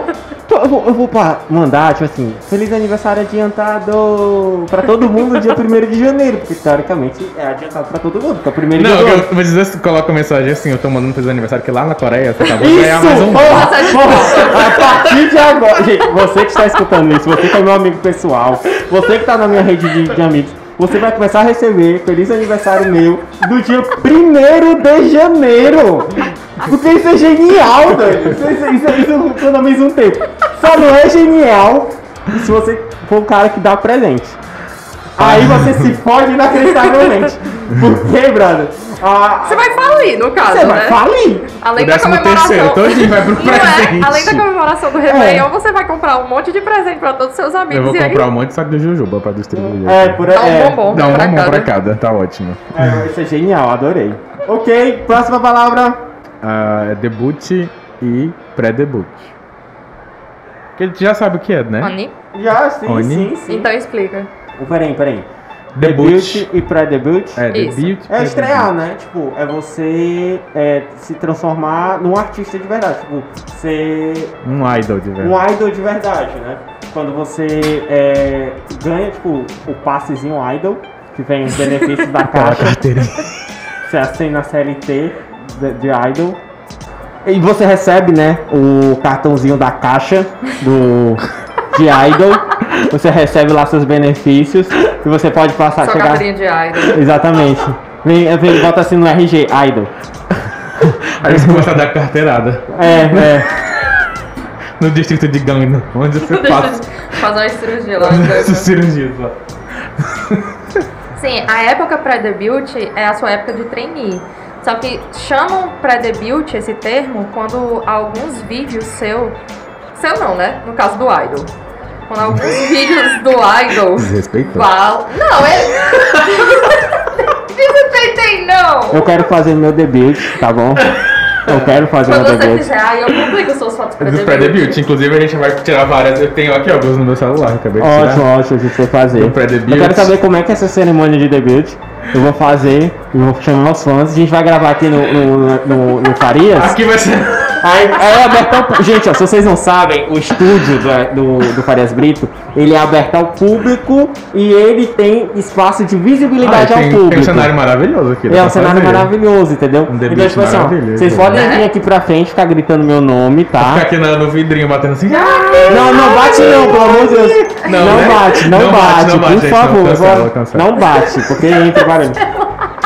S1: tô- eu vou, eu vou pra- mandar, tipo assim, feliz aniversário adiantado pra todo mundo dia 1 de janeiro. Porque teoricamente é adiantado pra todo mundo, porque é o primeiro
S3: Não,
S1: de
S3: eu
S1: janeiro.
S3: vou dizer se coloca uma mensagem assim, eu tô mandando feliz aniversário, que lá na Coreia você acabou de ganhar
S1: Isso!
S3: mais um.
S1: Porra, porra, a partir de agora. Gente, você que está escutando isso, você que é meu amigo pessoal, você que tá na minha rede de, de amigos, você vai começar a receber feliz aniversário meu do dia 1 de janeiro. Porque isso é genial, velho. Isso, é, isso, isso, isso economiza um tempo. Só não é genial se você for o cara que dá presente. Aí
S3: Ah.
S1: você se fode
S3: [laughs]
S1: inacreditavelmente. Por quê, brother? Ah,
S2: Você vai falir, no caso,
S1: você
S2: né?
S1: vai falir.
S2: Além
S3: O
S2: da
S3: décimo
S2: comemoração.
S3: terceiro, todinho vai pro
S2: Não
S3: presente. É.
S2: é? Além da comemoração do Réveillon, você vai comprar um monte de presente pra todos os seus amigos.
S3: Eu vou
S2: e aí
S3: comprar um monte de saco de Jujuba pra distribuir.
S1: É, por aí.
S2: dá um
S1: é.
S2: bombom.
S3: Dá um
S2: pra
S3: bombom
S2: cada.
S3: pra cada, tá ótimo.
S1: É, isso é genial, adorei. Ok, próxima palavra.
S3: Ah, é debut e pré-debut. Porque tu já sabe o que é, né?
S2: Oni?
S1: Já, sim,
S3: Oni.
S1: sim, sim.
S2: Então explica.
S1: Oh, Peraí, peraí.
S3: Debut.
S1: e pré-debut?
S3: É,
S2: Isso.
S3: debut. e
S1: É
S3: pré-debut.
S1: estrear, né? Tipo, é você é, se transformar num artista de verdade. Tipo, ser
S3: Um idol de verdade.
S1: um idol de verdade, né? Quando você é, ganha, tipo, o passezinho idol, que vem os benefícios da
S3: [laughs] Aquela
S1: caixa,
S3: carteira.
S1: você assina a CLT de, de idol. E você recebe, né, o cartãozinho da caixa do de idol. Você recebe lá seus benefícios e você pode passar Ah,
S2: Sua
S1: chegar-
S2: carteirinha
S1: [laughs]
S2: de idol.
S1: Exatamente. Vem, vem, bota assim no RG, idol.
S3: Aí você começa a dar carteirada.
S1: É, é.
S3: No distrito de Gangnam, onde
S2: [laughs]
S3: você
S2: Deixa
S3: passa.
S2: eu fazer uma cirurgia lá. né?
S3: Essas cirurgias lá.
S2: [laughs] Sim, a época pré-debut é a sua época de trainee. Só que chamam pré-debut esse termo quando alguns vídeos seu. Seu não, né? No caso do Idol.
S1: [laughs]
S2: Quando alguns vídeos do Idol
S3: Desrespeitou.
S2: falam. Não, é. Desrespeitei, não!
S1: Eu quero fazer meu debut, tá bom? Eu quero fazer uma
S2: Quando você
S1: debut.
S2: quiser, aí eu publico suas fotos pra
S4: Pra debut, inclusive a gente vai tirar várias. Eu tenho aqui algumas no meu celular, acabei de tirar.
S1: Ótimo, ótimo, a gente vai fazer.
S4: Do pré-debut.
S1: Eu quero saber como é que é essa cerimônia de debut. Eu vou fazer, eu vou chamar os fãs. A gente vai gravar aqui no, no, no, no Farias.
S4: Aqui vai ser.
S1: Aí, aí é aberto ao pu- Gente, ó, se vocês não sabem, o estúdio da- do, do Farias Brito, ele é aberto ao público e ele tem espaço de
S4: Ah,
S1: visibilidade ao
S4: tem, tem
S1: público.
S4: um cenário maravilhoso aqui. dá
S1: É
S4: pra
S1: um cenário
S4: fazer.
S1: maravilhoso, entendeu?
S4: Um debut
S1: então, tipo assim, ó,
S4: maravilhoso.
S1: vocês podem
S2: Né?
S1: vir aqui pra frente, ficar gritando meu nome,
S4: Fica
S1: tá?
S4: aqui na- no vidrinho batendo assim.
S1: Não, não bate não, pelo amor de Deus. Não,
S4: Não, né?
S1: bate, não,
S4: Não
S1: bate,
S4: bate, não bate,
S1: por
S4: gente, não,
S1: favor.
S4: cancela,
S1: vó.
S4: cancela.
S1: Não bate, porque entra barulho.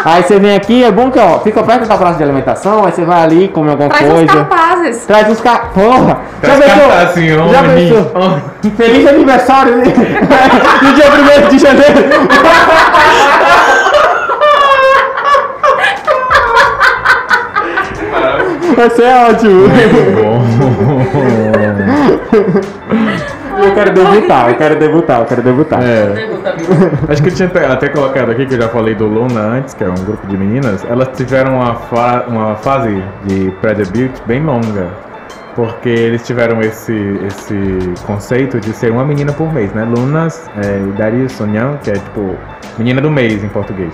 S1: Aí você vem aqui, é bom que ó, fica perto da praça de alimentação, aí você vai ali, come alguma
S2: Traz uns
S1: coisa.
S2: capazes.
S1: Traz uns car... Porra!
S4: Traz cartaz assim,
S1: pensou? Já
S4: homem.
S1: pensou?
S4: [laughs]
S1: Feliz aniversário né? [laughs] no dia 1 de
S4: [laughs]
S1: janeiro. Vai ser ótimo.
S4: Bom.
S1: Eu quero debutar, eu quero debutar, eu quero debutar.
S4: É. Acho que eu tinha até- até colocado aqui, que eu já falei do Luna antes, que é um grupo de meninas. Elas tiveram uma, fa- uma fase de pré-debut bem longa. Porque eles tiveram esse, esse conceito de ser uma menina por mês, né? Lunas, é, Darius Sonyan, que é tipo menina do mês em português.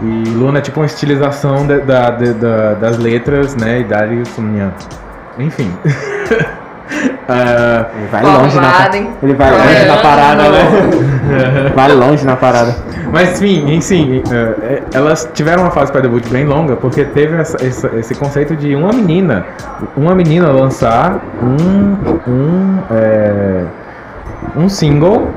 S4: E Luna é tipo uma estilização da- da- da- da- das letras, né? E Darius Sonyan. Enfim. Ah,
S1: Ele vai
S2: Formado,
S1: longe na
S2: hein?
S1: Ele vai
S2: Formado.
S1: longe na parada, né? Vai longe na parada.
S4: Mas enfim, enfim, eh, eh, elas tiveram uma fase pré-debut bem longa, porque teve essa- essa- esse conceito de uma menina, uma menina lançar um, um, eh, um single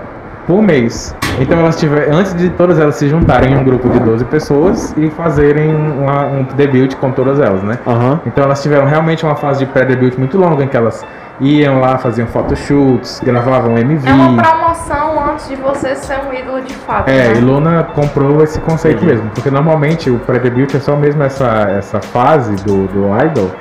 S4: por mês. Então elas tiveram, antes de todas elas se juntarem em um grupo de 12 pessoas e fazerem uma- um debut com todas elas, né?
S1: Aham.
S4: Então elas tiveram realmente uma fase de pré-debut muito longa, em que elas iam lá, faziam photoshoots, gravavam MV.
S2: É uma promoção antes de você ser um ídolo de fato.
S4: Hum. É, e
S2: né?
S4: Luna comprou esse conceito
S1: Uhum.
S4: mesmo, porque normalmente o pré-debut é só mesmo essa, essa fase do, do idol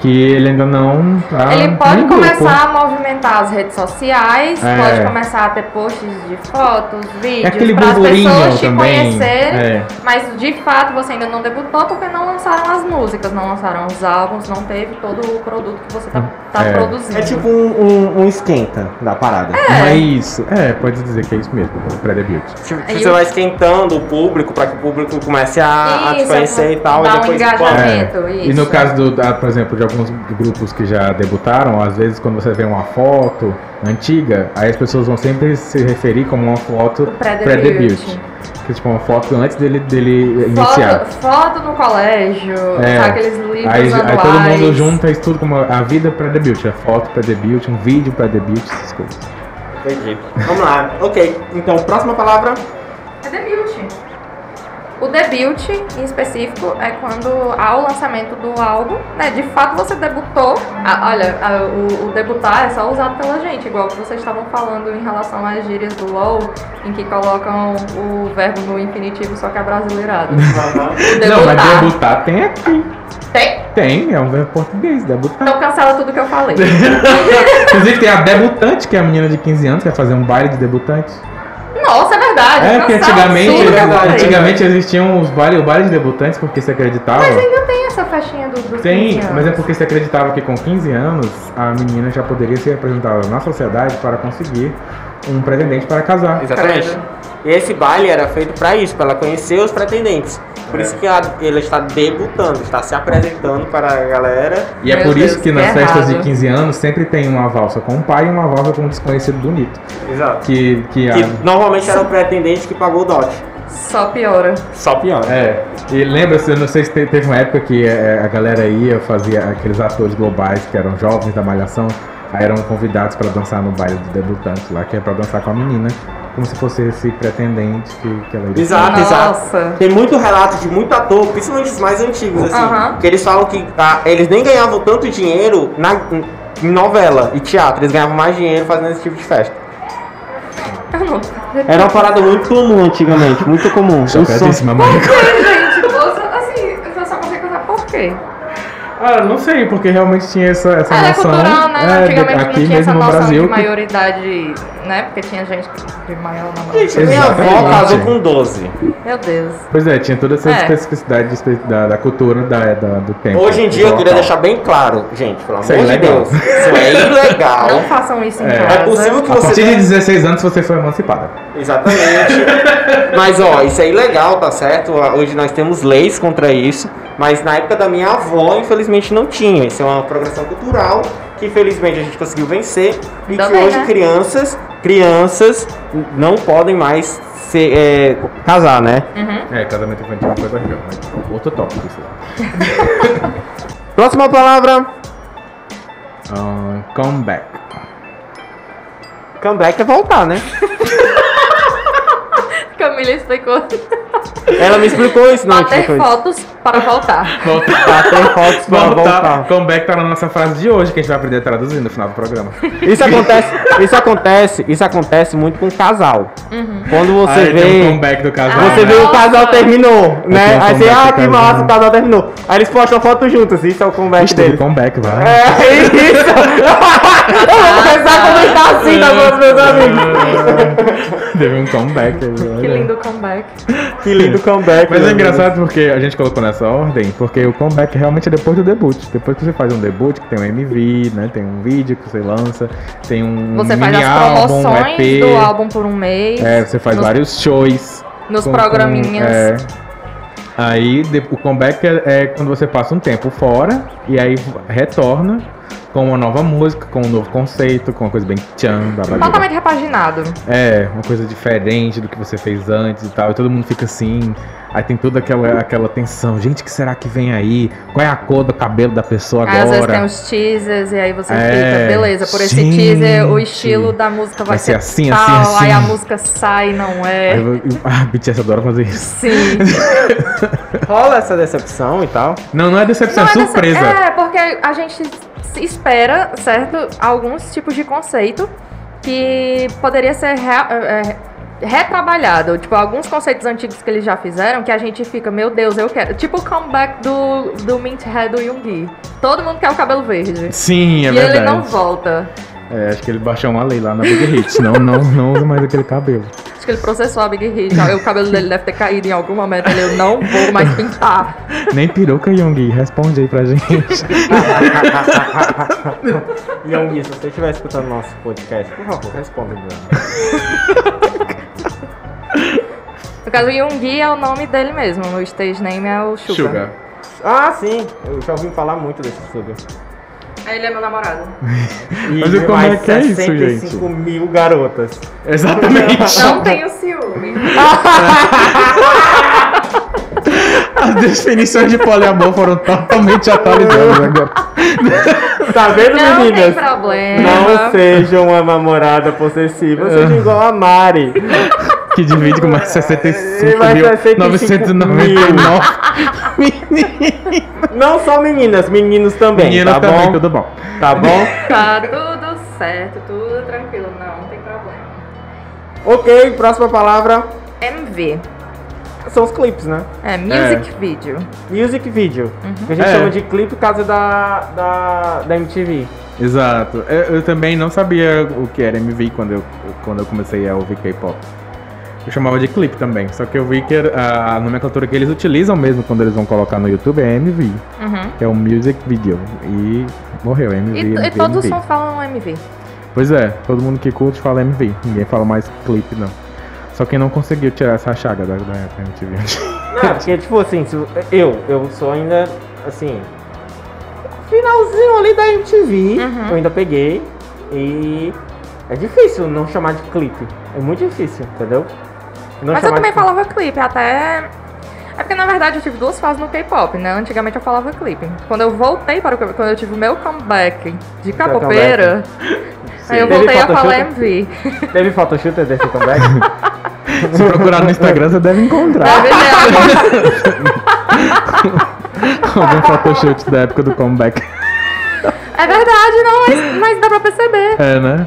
S4: que ele ainda não tá.
S2: Ele pode
S4: nem grupo.
S2: começar a movimentar as redes sociais,
S4: É.
S2: pode começar a ter posts de fotos,
S4: É
S2: vídeos,
S4: aquele
S2: para as
S4: burburinho
S2: pessoas te
S4: também.
S2: conhecerem.
S4: É.
S2: Mas de fato você ainda não debutou porque não lançaram as músicas, não lançaram os álbuns, não teve todo o produto que você tá, tá
S4: É.
S2: produzindo.
S1: É tipo um, um- um esquenta da parada.
S4: Mas. É, pode dizer que é isso mesmo, o pré-debut.
S1: Tipo,
S2: Aí
S1: você
S2: o-
S1: vai esquentando o público pra que o público comece a, a te
S2: Isso,
S1: conhecer e tal.
S2: dá
S1: e
S2: um
S1: depois
S2: engajamento.
S1: pô,
S2: Momento,
S4: É. E no
S2: isso.
S4: caso, do, da- por exemplo, de alguns grupos que já debutaram, às vezes quando você vê uma foto antiga, aí as pessoas vão sempre se referir como uma foto
S2: Pré-debut.
S4: pré-debut. que é tipo uma foto antes dele, dele iniciar.
S2: Foto, foto no colégio,
S4: É.
S2: tá, aqueles livros
S4: Aí,
S2: anuais.
S4: aí todo mundo junta isso tudo como a vida pré-debut, a foto pré-debut, um vídeo pré-debut, essas coisas.
S1: Entendi. Vamos lá. Ok. Então, próxima palavra.
S2: É debut. O debut, em específico, é quando há o lançamento do álbum, né? De fato você debutou. Ah, olha, ah, o, o debutar é só usado pela gente, igual que vocês estavam falando em relação às gírias do LOL, em que colocam o verbo no infinitivo, só que é
S4: [laughs]
S2: brasileirado.
S4: Não, mas
S2: Debutar.
S4: debutar tem aqui.
S2: Tem?
S4: Tem, é um verbo português, debutar.
S2: Então cancela tudo que eu
S4: [laughs]
S2: falei.
S4: Inclusive tem a debutante, que é a menina de 15 anos, que vai fazer um baile de debutante.
S2: Nossa, é verdade.
S4: É, porque
S2: cancela
S4: antigamente,
S2: tudo que eu falei.
S4: antigamente existiam os baile, o baile de debutantes porque se acreditava.
S2: é Tem essa festinha do, dos
S4: Tem,
S2: 15 anos.
S4: mas é porque se acreditava que com 15 anos a menina já poderia se representar na sociedade para conseguir um pretendente para casar.
S1: Exatamente. E esse baile era feito pra isso, pra ela conhecer os pretendentes. Por isso que ela, ela está debutando, está se apresentando para a galera.
S4: E é
S2: Meu
S4: por
S2: Deus,
S4: isso que
S2: que
S4: nas festas de
S2: errado.
S4: 15 anos sempre tem uma valsa com o pai e uma valsa com um desconhecido bonito.
S1: Exato.
S4: Que, que, a-
S1: Que normalmente era o pretendente que pagou o dote.
S2: Só piora.
S1: Só pior. né?
S4: É, e lembra-se, eu não sei se te- teve uma época que é, a galera ia, fazia aqueles atores globais que eram jovens da Malhação, aí eram convidados pra dançar no baile do debutante lá, que é pra dançar com a menina, como se fosse esse pretendente que, que ela ia.
S1: Exato, exato.
S2: Nossa. [laughs]
S1: Tem muito relato de muito ator, principalmente os mais antigos, assim,
S2: Aham.
S1: que eles falam que ah, eles nem ganhavam tanto dinheiro na, em- em novela e teatro, eles ganhavam mais dinheiro fazendo esse tipo de festa.
S2: Eu não
S1: Era uma parada muito comum antigamente, muito comum. é
S4: [laughs] Chocadíssima, mãe.
S2: Gente, moça, assim, eu só consigo pensar por quê.
S3: Ah, não sei, porque realmente tinha essa, essa
S2: Era
S3: noção.
S2: cultural, né?
S3: é,
S2: Antigamente
S3: aqui
S2: não tinha
S3: mesmo
S2: essa
S3: no
S2: noção
S3: Brasil.
S2: de
S3: que-
S2: maioridade, né? Porque tinha gente de maior
S1: Gente,
S2: não.
S1: minha avó
S3: Exatamente.
S1: casou com 12.
S2: Meu Deus.
S3: Pois é, tinha toda essa
S2: É.
S3: especificidade de espe- da, da cultura da, da- do tempo.
S1: Hoje em
S3: do
S1: dia eu queria
S3: local.
S1: deixar bem claro, gente, pelo amor
S3: Isso é
S1: de
S3: ilegal.
S1: Deus. Isso é [laughs] ilegal.
S2: Não façam isso em
S3: É.
S2: casa.
S1: É possível que
S3: A
S1: você.
S3: partir de
S1: tenha-
S3: 16 anos você foi emancipada.
S1: Exatamente. mas ó, isso é ilegal, tá certo? Hoje nós temos leis contra isso, mas na época da minha avó, infelizmente, não tinha. Isso é uma progressão cultural que infelizmente a gente conseguiu vencer e
S2: Ainda
S1: que
S2: bem,
S1: hoje
S2: né?
S1: crianças, crianças não podem mais se, é, casar, né?
S2: Uhum.
S3: É, casamento infantil é uma coisa horrível, mas outro tópico isso.
S1: Próxima palavra.
S3: Ah, comeback.
S1: Comeback é voltar, né?
S2: Camila explicou.
S3: tipo,
S1: Ela me explicou isso, não
S2: Bater
S1: explicou isso.
S2: fotos para
S1: [laughs]
S2: voltar.
S3: [laughs] Voltar.
S1: Bater fotos pra voltar.
S3: Comeback tá na nossa frase de hoje, que a gente vai aprender a traduzir no final do programa.
S1: Isso acontece, isso acontece, isso acontece muito com casal. Quando você
S3: Aí
S1: vê.
S3: tem um comeback do casal.
S2: Ah,
S1: Você
S3: né?
S1: vê o
S2: nossa.
S1: casal terminou, né?
S3: tenho um
S1: Aí você, ah,
S3: comeback do
S1: que
S3: casal.
S1: massa, o casal terminou. Aí eles postam foto juntos, isso é o comeback
S3: Hashtag
S1: deles.
S3: comeback, vai.
S1: [laughs] É isso!
S3: [laughs]
S1: [laughs] Eu vou
S2: Ah,
S1: começar a
S2: tá.
S1: comentar É assim na voz dos meus
S3: É,
S1: amigos.
S3: Teve um comeback.
S2: Que
S3: aí, olha.
S2: lindo comeback.
S1: Que lindo comeback.
S3: Mas
S1: meu
S3: é engraçado porque a gente colocou nessa ordem, porque o comeback realmente é depois do debut. Depois que você faz um debut, que tem um MV, né? Tem um vídeo que você lança, tem um
S2: Você faz
S3: mini
S2: as
S3: álbum,
S2: promoções
S3: EP.
S2: do álbum por um mês.
S3: É, você faz
S2: nos,
S3: vários shows.
S2: Nos
S3: com- com-
S2: programinhas.
S3: é. Aí de- o comeback é, é quando você passa um tempo fora e aí retorna com uma nova música, com um novo conceito, com uma coisa bem tchan, babadinha.
S2: Totalmente repaginado.
S3: É, uma coisa diferente do que você fez antes e tal. E todo mundo fica assim. Aí tem toda aquela, aquela tensão. Gente, o que será que vem aí? Qual é a cor do cabelo da pessoa
S2: Aí, às vezes
S3: agora?
S2: tem um os teasers e aí você
S3: É,
S2: fica, beleza, por esse
S3: gente.
S2: teaser o estilo da música vai,
S3: Vai ser assim,
S2: tal,
S3: assim, assim.
S2: aí a música sai, não
S3: Aí É
S2: é.
S3: eu- eu- ah, BTS adora fazer isso. [laughs]
S2: Sim.
S1: Deus. Rola essa decepção e [laughs] tal.
S3: Não, não é decepção,
S2: Não,
S3: é
S2: dessa-
S3: surpresa.
S2: É, porque a gente se espera, certo, alguns tipos de conceito que poderia ser rea- é, é, retrabalhado. Tipo, alguns conceitos antigos que eles já fizeram que a gente fica, meu Deus, eu quero. Tipo o comeback do, do Mint Head do Yoongi. Todo mundo quer o cabelo verde.
S3: Sim, é
S2: e
S3: verdade.
S2: ele não volta.
S3: É, acho que ele baixou uma lei lá na Big Hit. não, não, não usa mais aquele cabelo.
S2: Acho que ele processou a Big Hit. O cabelo dele deve ter caído em algum momento. Ele, eu não vou mais pintar.
S3: Nem peruca, Young, responde aí pra gente. [laughs]
S1: Young, é um se você estiver escutando nosso podcast, por favor, responda, Bruno.
S2: No caso, o Yoongi é o nome dele mesmo. No stage name é o Sugar.
S1: Ah, sim, eu já ouvi falar muito desse estudo.
S2: Ele é meu namorado.
S1: E
S3: Mas e como é
S1: mais
S3: que é isso,
S1: 65
S3: gente?
S1: mil garotas.
S3: Exatamente.
S2: Não tenho ciúme.
S3: As definições de poliamor foram totalmente atualizadas agora.
S1: Tá vendo,
S2: Não tem
S1: meninas?
S2: problema.
S1: Não seja uma namorada possessiva, seja igual a Mari.
S3: Que divide com mais 65
S1: Mais
S3: mil,
S1: 65
S3: 999.
S1: Não só meninas, meninos também,
S3: Menina
S1: tá
S3: um também,
S1: bom?
S3: tudo bom.
S1: Tá bom?
S2: Tá tudo certo, tudo tranquilo. Não, não tem problema.
S1: [laughs] ok, próxima palavra
S2: MV.
S1: são os clipes, né?
S2: É, music video.
S1: Music video. Que a gente
S3: É.
S1: chama de clipe por causa da, da, da MTV.
S3: Exato. Eu, eu também não sabia o que era MV quando eu, quando eu comecei a ouvir K-pop. Eu chamava de clipe também, só que eu vi que era- a, a nomenclatura que eles utilizam mesmo quando eles vão colocar no YouTube é MV,
S2: Uhum.
S3: que é o Music Video. E morreu, MV,
S2: E,
S3: MV,
S2: e todos
S3: MV.
S2: só falam MV.
S3: Pois é, todo mundo que curte fala MV, ninguém fala mais clipe não. Só quem não conseguiu tirar essa chaga da, da MTV.
S1: Não, porque tipo assim, se eu, eu sou ainda assim. Finalzinho ali da MTV,
S2: Uhum.
S1: eu ainda peguei e. É difícil não chamar de clipe. É muito difícil, entendeu? Não
S2: Mas
S1: chamar de
S2: eu também
S1: clipe.
S2: falava clipe, até. É porque na verdade eu tive duas fases no K-pop, né? Antigamente eu falava clipe. Quando eu voltei para o K- quando eu tive o meu comeback de capoeira, aí eu
S1: Teve
S2: voltei a
S1: Photoshop?
S2: falar MV.
S1: Teve photoshooter desse
S2: [laughs]
S1: comeback?
S3: [laughs] Se procurar no Instagram, você deve [laughs] encontrar
S2: Deve ter.
S3: algum photoshoot da época do comeback.
S2: É verdade, não, mas, mas dá pra perceber.
S3: É, né?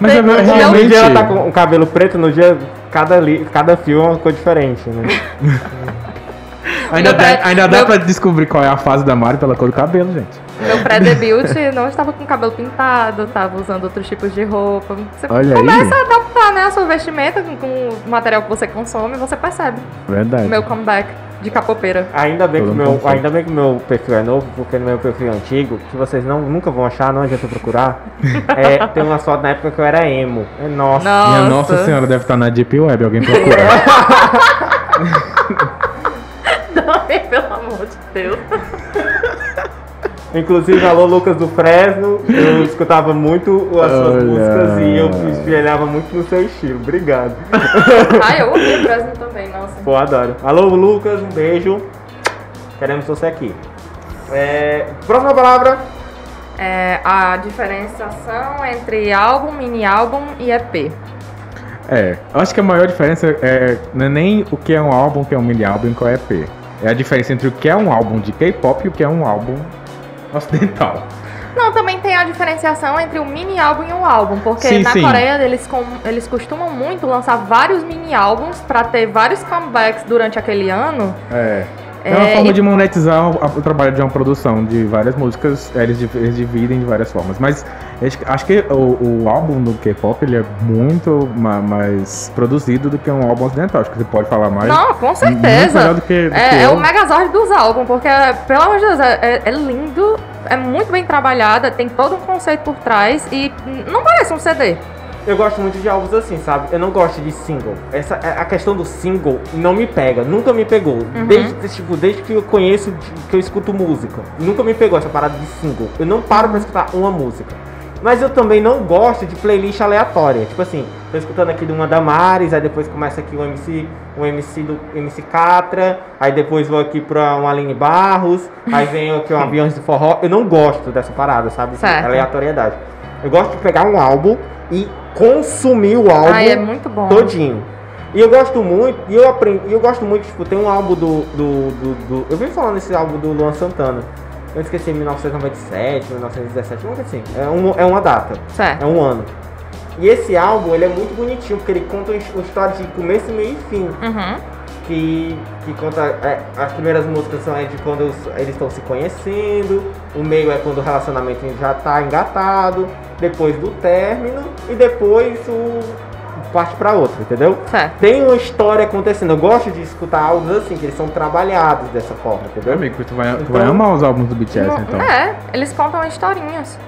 S3: Mas é,
S2: Não,
S1: No
S3: realmente.
S1: dia ela tá com o cabelo preto, no dia cada, li, cada fio é uma cor diferente, né?
S3: Ainda,
S2: Meu
S3: dá,
S2: pré-
S3: ainda dá
S2: meu-
S3: pra descobrir qual é a fase da Mari pela cor do cabelo, gente.
S2: Meu pré-debut não estava com cabelo pintado, tava usando outros tipos de roupa. Você
S3: Olha aí.
S2: começa a adaptar né, a sua vestimenta com- com o material que você consome e você percebe.
S3: Verdade.
S2: Meu comeback de capoeira.
S1: Ainda bem, que
S3: Todo mundo
S1: meu,
S3: confunde.
S1: ainda bem que meu perfil é novo, porque no meu perfil antigo, que vocês não, nunca vão achar, não adianta procurar. é, tem uma foto na época que eu era emo. É, nossa.
S3: Minha
S2: Nossa.
S3: nossa senhora deve estar na Deep Web, alguém procura.
S2: Dói, pelo amor de Deus.
S1: Inclusive, alô Lucas do Fresno, eu escutava muito as suas
S3: Olha.
S1: músicas e eu me espelhava muito no seu estilo. Obrigado.
S2: [laughs] Ai, eu ouvi o Brasil também, nossa.
S1: Pô, adoro. Alô Lucas, um beijo. Queremos você aqui. É, próxima palavra.
S2: É, a diferenciação entre álbum, mini-álbum e EP.
S3: é, eu acho que a maior diferença é não é nem o que é um álbum, o que é um mini álbum e qual é EP. É a diferença entre o que é um álbum de K-pop e o que é um álbum ocidental.
S2: Não, também tem a diferenciação entre o mini álbum e o álbum, porque
S3: Sim,
S2: na
S3: sim.
S2: Coreia eles, com- eles costumam muito lançar vários mini álbuns pra ter vários comebacks durante aquele ano.
S3: É. É uma
S2: É,
S3: forma
S2: e-
S3: de monetizar o, a- o trabalho de uma produção de várias músicas, É, eles, div- eles dividem de várias formas. Mas acho que- acho que o, o álbum do K-pop ele é muito ma- mais produzido do que um álbum ocidental. Acho que você pode falar mais.
S2: Não, com
S3: é Muito melhor
S2: certeza.
S3: do que, do que
S2: É, é
S3: eu.
S2: o Megazord dos álbuns, porque, pelo amor de Deus, é, é- é lindo, é muito bem trabalhada, tem todo um conceito por trás e hum, não parece um CD.
S1: Eu gosto muito de álbuns assim, sabe? Eu não gosto de single. Essa, é, a a questão do single não me pega, nunca me pegou. Desde, tipo, desde que eu conheço, de- que eu escuto música. Nunca me pegou essa parada de single. Eu não paro pra escutar uma música. Mas eu também não gosto de playlist aleatória. Tipo assim, tô escutando aqui de uma da Maris, aí depois começa aqui o MC, o MC do MC Catra, aí depois vou aqui pra uma Aline Barros, aí vem aqui um Aviões do Forró. Eu não gosto dessa parada, sabe? Assim,
S2: Certo.
S1: Aleatoriedade. Eu gosto de pegar um álbum e consumir o álbum
S2: Ai, é muito bom.
S1: todinho. E eu gosto muito, e eu aprendi, eu gosto muito, tipo, tem um álbum do. do, do, do- eu vim falando esse álbum do Luan Santana. Eu esqueci 1997, 1917, uma coisa assim. É, um, é uma data,
S2: Certo.
S1: é um ano. E esse álbum, ele é muito bonitinho, porque ele conta uma história de começo, meio e fim
S2: Uhum.
S1: que, que conta. é, as primeiras músicas são é de quando os- eles estão se conhecendo, o meio é quando o relacionamento já tá engatado, depois do término e depois o parte pra outra, entendeu?
S2: Certo.
S1: Tem uma história acontecendo. Eu gosto de escutar álbuns assim, que eles são trabalhados dessa forma,
S3: Meu
S1: entendeu?
S3: amigo, tu vai, tu
S1: Então-
S3: vai amar os álbuns do BTS,
S2: Não-
S3: então.
S2: É, eles contam historinhas.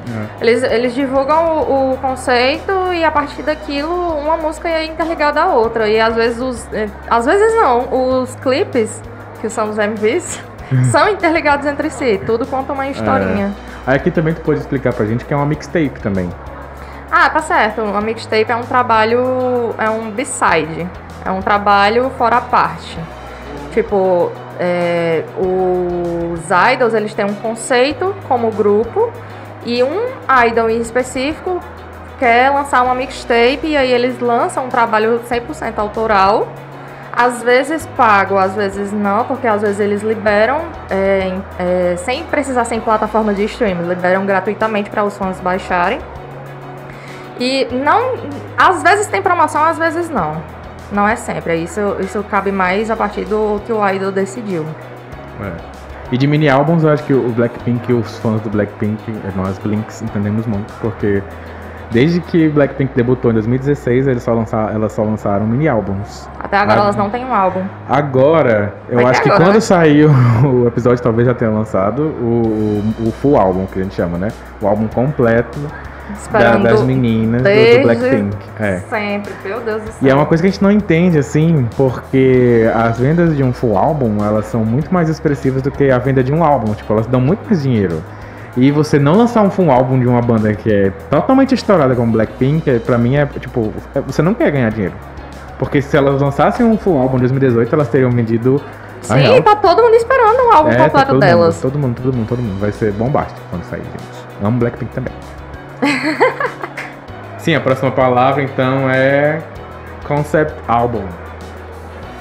S2: Eles, eles divulgam o, o conceito e a partir daquilo uma música é interligada à outra. E às vezes os. eh, Às vezes não, os clipes, que são os MVs, [laughs] são interligados entre si. Tudo conta uma historinha.
S3: Aí aqui também tu pode explicar pra gente que é uma mixtape também.
S2: Ah, tá certo. A mixtape é um trabalho. É um b-side. É um trabalho fora a parte. Tipo, é, os idols eles têm um conceito como grupo e um idol em específico quer lançar uma mixtape e aí eles lançam um trabalho 100% autoral. Às vezes pago, às vezes não, porque às vezes eles liberam é, em- é, sem precisar ser em plataforma de streaming, liberam gratuitamente para os fãs baixarem. E não, às vezes tem promoção, às vezes não. Não é sempre. Isso, isso cabe mais a partir do que o idol decidiu.
S3: É. E de mini álbuns, eu acho que o Blackpink e os fãs do Blackpink, nós Blinks, entendemos muito, porque desde que Blackpink debutou em 2016, eles só lança- elas só lançaram mini álbuns.
S2: Até agora
S3: Ah,
S2: elas não têm um álbum.
S3: Agora, eu
S2: Vai ter
S3: acho que
S2: agora,
S3: quando
S2: né?
S3: saiu [laughs] o episódio, talvez já tenha lançado o, o full álbum, que a gente chama, né? O álbum completo da-
S2: Esperando
S3: das meninas do- do,
S2: desde-
S3: Blackpink. É.
S2: sempre. Meu Deus do céu.
S3: E é uma coisa que a gente não entende, assim, porque as vendas de um full álbum, elas são muito mais expressivas do que a venda de um álbum. Tipo, elas dão muito mais dinheiro. E você não lançar um full álbum de uma banda que é totalmente estourada como Blackpink, é- pra mim é, tipo, é- você não quer ganhar dinheiro. Porque se elas lançassem um full álbum em 2018, elas teriam vendido... a
S2: Sim,
S3: real.
S2: tá todo mundo esperando um álbum
S3: Ah, É, tá
S2: completo
S3: todo
S2: delas.
S3: Mundo, todo mundo, todo mundo, todo mundo. Vai ser bombástico quando sair, gente. Amo Blackpink
S2: [laughs]
S3: também. Sim, a próxima palavra então é concept album.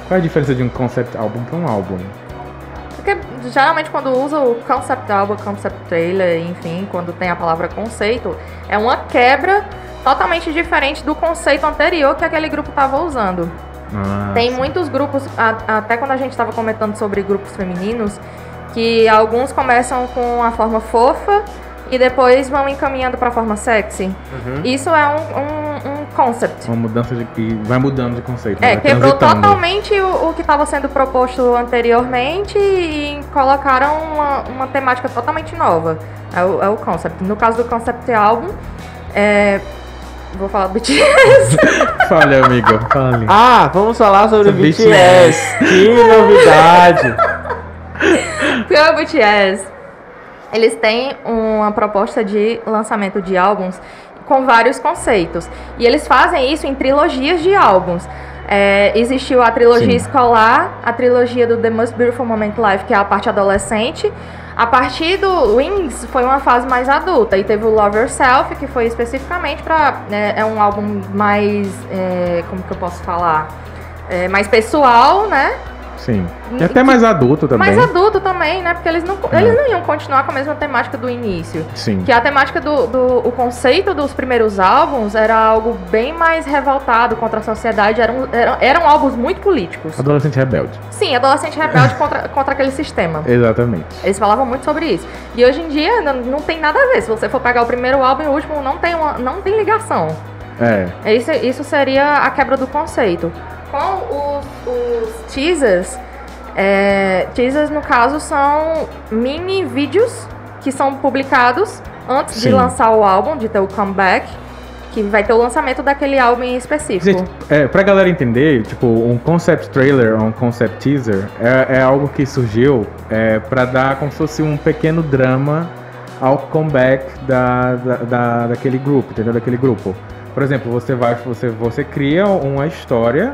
S3: Qual é a diferença de um concept album para um álbum?
S2: Porque geralmente quando usa o concept album, concept trailer, enfim, quando tem a palavra conceito, é uma quebra totalmente diferente do conceito anterior que aquele grupo estava usando.
S4: Ah,
S2: Tem muitos grupos, a- até quando a gente estava comentando sobre grupos femininos, que alguns começam com a forma fofa e depois vão encaminhando para a forma sexy.
S4: Uhum.
S2: Isso é um, um, um concept.
S4: Uma mudança de. que vai mudando de conceito.
S2: É,
S3: né?
S4: vai
S2: quebrou
S4: Uhum. transitando.
S2: totalmente o, o que estava sendo proposto anteriormente e colocaram uma, uma temática totalmente nova. É o, é o concept. No caso do concept álbum, é, vou falar [laughs] BTS.
S3: [laughs]
S4: Fale, amiga. Fale.
S1: Ah, vamos falar sobre o
S4: Sobre
S1: BTS. que novidade.
S2: Pure BTS. Eles têm uma proposta de lançamento de álbuns com vários conceitos. E eles fazem isso em trilogias de álbuns. É, existiu a trilogia
S4: Sim.
S2: escolar, a trilogia do The Most Beautiful Moment Life, que é a parte adolescente. A partir do Wings foi uma fase mais adulta. E teve o Love Yourself, que foi especificamente para. É, é um álbum mais. é, como que eu posso falar? É, mais pessoal, né?
S4: Sim. E até mais adulto também.
S2: Mais adulto também, né? Porque eles não, eles não iam continuar com a mesma temática do início.
S4: Sim.
S2: Que a temática do, do- o conceito dos primeiros álbuns era algo bem mais revoltado contra a sociedade, eram, eram, eram álbuns muito políticos.
S4: Adolescente rebelde.
S2: Sim, adolescente rebelde contra, contra aquele sistema.
S4: Exatamente.
S2: Eles falavam muito sobre isso. E hoje em dia não, não tem nada a ver. Se você for pegar o primeiro álbum e o último, não tem, uma, não tem ligação.
S4: É.
S2: Isso, isso seria a quebra do conceito. Com os, os teasers, é, teasers no caso são mini vídeos que são publicados antes de
S4: Sim.
S2: lançar o álbum, de ter o comeback, que vai ter o lançamento daquele álbum em específico.
S4: Gente, é, pra galera entender, tipo, um concept trailer ou um concept teaser é, é algo que surgiu é, pra dar como se fosse um pequeno drama ao comeback da, da, da- daquele grupo, entendeu? Daquele grupo. Por exemplo, você vai, você, você cria uma história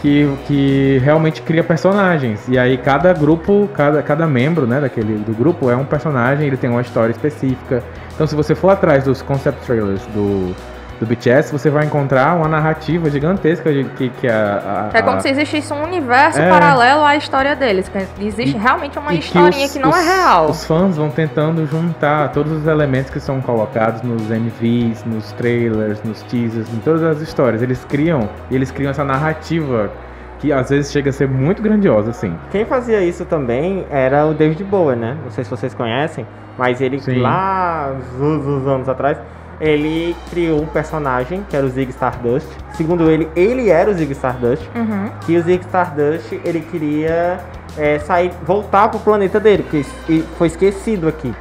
S4: que, que realmente cria personagens. E aí cada grupo, cada, cada membro né, daquele, do grupo é um personagem, ele tem uma história específica. Então se você for atrás dos concept trailers do, do BTS, você vai encontrar uma narrativa gigantesca de, que, que a, a-
S2: é como
S4: a-
S2: se existisse um universo
S4: ah, É.
S2: paralelo à história deles. que Existe realmente uma
S4: e
S2: historinha
S4: os-
S2: que, não é
S4: os-
S2: real.
S4: Os fãs vão tentando juntar todos os elementos que são colocados nos MVs, nos trailers, nos teasers, em todas as histórias. Eles criam, e eles criam essa narrativa que às vezes chega a ser muito grandiosa, assim.
S1: Quem fazia isso também era o David Bowie, né? Não sei se vocês conhecem, mas ele
S4: Sim.
S1: lá, uns uns anos atrás, ele criou um personagem que era o Zig Stardust. Segundo ele, ele era o Zig Stardust.
S2: Uhum.
S1: E o Zig Stardust, ele queria é, sair, voltar pro planeta dele, porque es- e foi esquecido aqui.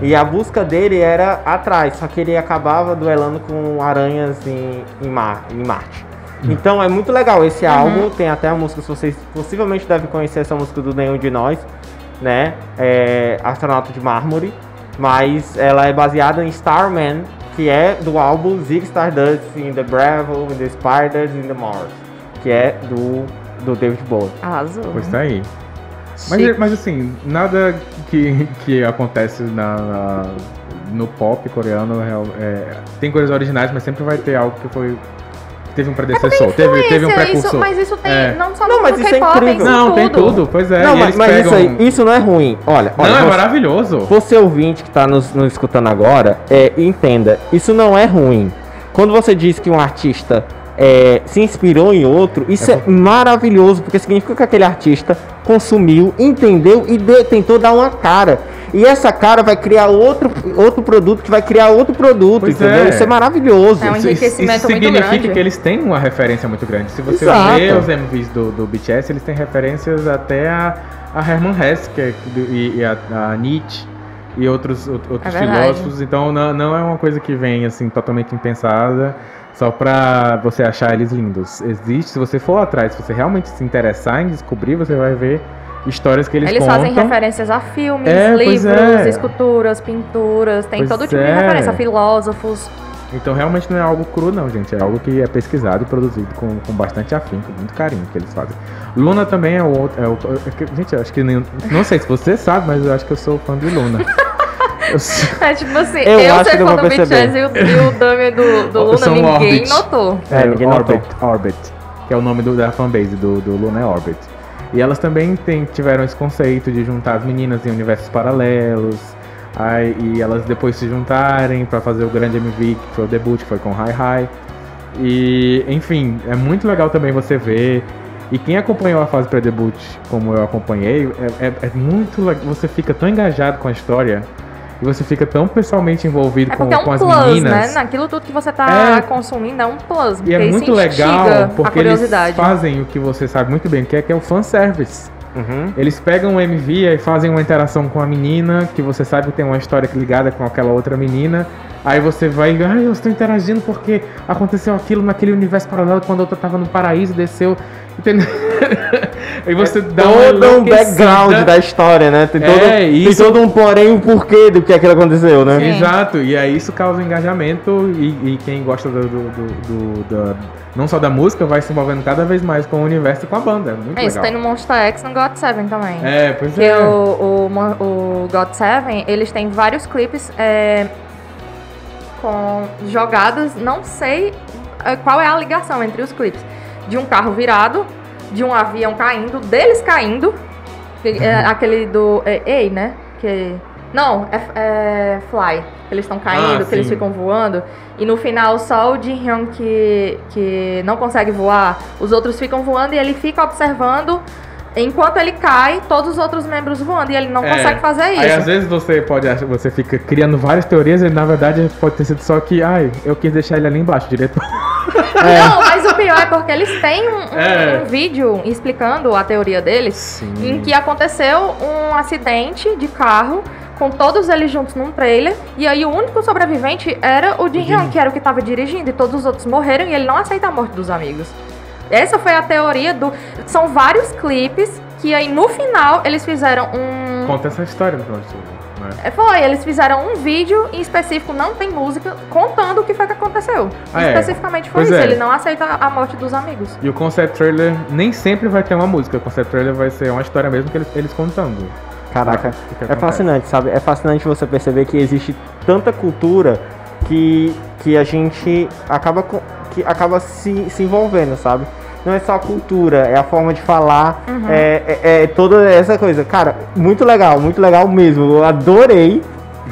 S1: E a busca dele era atrás, só que ele acabava duelando com aranhas em, em, Mar, em Marte. Então é muito legal esse álbum, tem até a música, se vocês possivelmente devem conhecer essa música do Nenhum de Nós, né? É Astronauta de Mármore, mas ela é baseada em Starman, que é do álbum Zig Stardust in the Bravo, in the Spiders, in the Mars, que é do, do David Bowie.
S2: Arrasou.
S4: Pois tá aí.
S2: Chique.
S4: Mas, mas assim, nada que, que acontece na, na- no pop coreano real- é, tem coisas originais, mas sempre vai ter algo que foi. que Teve um predecessor, teve, teve um
S2: Isso-
S4: precursor.
S2: Isso, mas isso tem.
S4: É.
S2: Não só
S1: Não,
S2: no
S1: mas isso é
S2: K-pop,
S1: incrível.
S2: isso em
S4: Não, tem tudo, pois é.
S1: Não,
S4: e
S1: mas,
S4: eles
S1: mas
S4: pegam...
S1: isso aí, isso não é ruim. Olha, olha
S4: Não, é
S1: você-
S4: maravilhoso.
S1: Você ouvinte que está nos, nos escutando agora, é, entenda, isso não é ruim. Quando você diz que um artista é, se inspirou em outro, isso é, maravilhoso, porque significa que aquele artista consumiu, entendeu e de- tentou dar uma cara. E essa cara vai criar outro, outro produto que vai criar outro produto,
S4: Pois
S1: entendeu?
S4: é.
S1: Isso é maravilhoso.
S2: É um
S4: Isso- isso-
S2: enriquecimento
S4: isso
S2: muito
S4: significa
S2: grande.
S4: que eles têm uma referência muito grande. Se você
S1: Exato.
S4: ler os MVs do, do BTS, eles têm referências até a, a Herman Hesse que é do- e, e a, a Nietzsche e outros, out- outros
S2: É verdade.
S4: filósofos. Então não, não é uma coisa que vem assim totalmente impensada só pra você achar eles lindos. Existe, se você for atrás, se você realmente se interessar em descobrir, você vai ver histórias que eles,
S2: Eles,
S4: contam.
S2: fazem referências a filmes,
S4: É, pois
S2: livros,
S4: é.
S2: esculturas, pinturas, tem
S4: Pois
S2: todo tipo de
S4: é.
S2: referência, filósofos. [laughs]
S4: Então realmente não é algo cru não, gente. É algo que é pesquisado e produzido com, com bastante afinco, muito carinho que eles fazem. Luna também é o outro. É o, é que- gente, eu acho que nem. Não sei se você sabe, mas eu acho que eu sou fã de Luna. Eu sou-
S2: É tipo assim,
S1: Eu
S2: eu,
S1: acho
S2: sei
S1: que eu vou
S2: quando o
S1: perceber.
S2: BTS e o, e o Dummy do, do Luna,
S4: São
S2: ninguém
S4: orbits.
S2: notou.
S1: É, ninguém notou.
S4: Orbit, Orbit, que é o nome do, da fanbase do, do Luna é Orbit. E elas também tem- tiveram esse conceito de juntar as meninas em universos paralelos. aí- e elas depois se juntarem pra fazer o grande MV, que foi o debut, que foi com Hi Hi. E, enfim, é muito legal também você ver. E quem acompanhou a fase pré-debut, como eu acompanhei, é, é- é muito legal. Você fica tão engajado com a história. E você fica tão pessoalmente envolvido
S2: É
S4: com,
S2: porque é um
S4: com as
S2: plus,
S4: meninas.
S2: né? Naquilo tudo que você tá
S4: É.
S2: consumindo é um plus.
S4: E
S2: porque
S4: é
S2: isso
S4: muito
S2: instiga
S4: legal
S2: a
S4: porque eles
S2: curiosidade. né?
S4: fazem o que você sabe muito bem, que é, que é o fanservice.
S5: Uhum.
S4: Eles pegam o MV e fazem uma interação com a menina, que você sabe que tem uma história ligada com aquela outra menina. Aí você vai e, ai, eu estou interagindo porque aconteceu aquilo naquele universo paralelo quando a outra tava no paraíso, desceu. Entendeu? Aí
S2: é
S4: você dá uma
S1: todo um
S4: enlouquecida.
S1: background da história, né? Tem,
S4: É,
S1: todo, tem
S4: isso.
S1: todo um porém, um porquê do que aquilo aconteceu, né?
S2: Sim.
S4: Exato, e aí isso causa engajamento e, e quem gosta do, do- do- do- da- não só da música vai se envolvendo cada vez mais com o universo e com a banda. É muito
S2: É isso, tem
S4: legal.
S2: no Monster X no God Seven também.
S4: É, pois
S2: Porque
S4: é.
S2: o, o, Mon- o God Seven, eles têm vários clipes é, com jogadas, não sei é, qual é a ligação entre os clipes. De um carro virado, de um avião caindo, deles caindo. que é
S4: Uhum.
S2: aquele do é, Ei, né? Que, não, é, é Fly. que Eles estão caindo,
S4: Ah,
S2: que eles
S4: sim.
S2: ficam voando. E no final, só o Jin-hyun que, que não consegue voar, os outros ficam voando e ele fica observando. Enquanto ele cai, todos os outros membros voando e ele não
S4: É.
S2: consegue fazer
S4: Aí às
S2: isso.
S4: vezes você pode achar, você fica criando várias teorias e na verdade pode ter sido só que, ai, eu quis deixar ele ali embaixo, direto.
S2: Não, mas o pior é porque eles têm um, um-
S4: É.
S2: um vídeo explicando a teoria deles,
S4: Sim.
S2: em que aconteceu um acidente de carro com todos eles juntos num trailer e aí o único sobrevivente era o Jin Hyun, que era o que estava dirigindo e todos os outros morreram e ele não aceita a morte dos amigos. Essa foi a teoria do são vários clipes que aí no final eles fizeram um
S4: [laughs] Conta essa história no final de tudo, né?
S2: É, Foi, eles fizeram um vídeo em específico, não tem música, contando o que foi que aconteceu.
S4: Ah, é.
S2: Especificamente foi
S4: Pois
S2: isso,
S4: é.
S2: ele não aceita a morte dos amigos.
S4: E o concept trailer nem sempre vai ter uma música, o concept trailer vai ser uma história mesmo que eles, eles contando.
S1: Caraca.
S4: O que
S1: É
S4: acontece.
S1: fascinante, sabe? É fascinante você perceber que existe tanta cultura que, que a gente acaba, co- que acaba se, se envolvendo, sabe? Não é só a cultura, é a forma de falar, é, é- é toda essa coisa. Cara, muito legal, muito legal mesmo. Eu adorei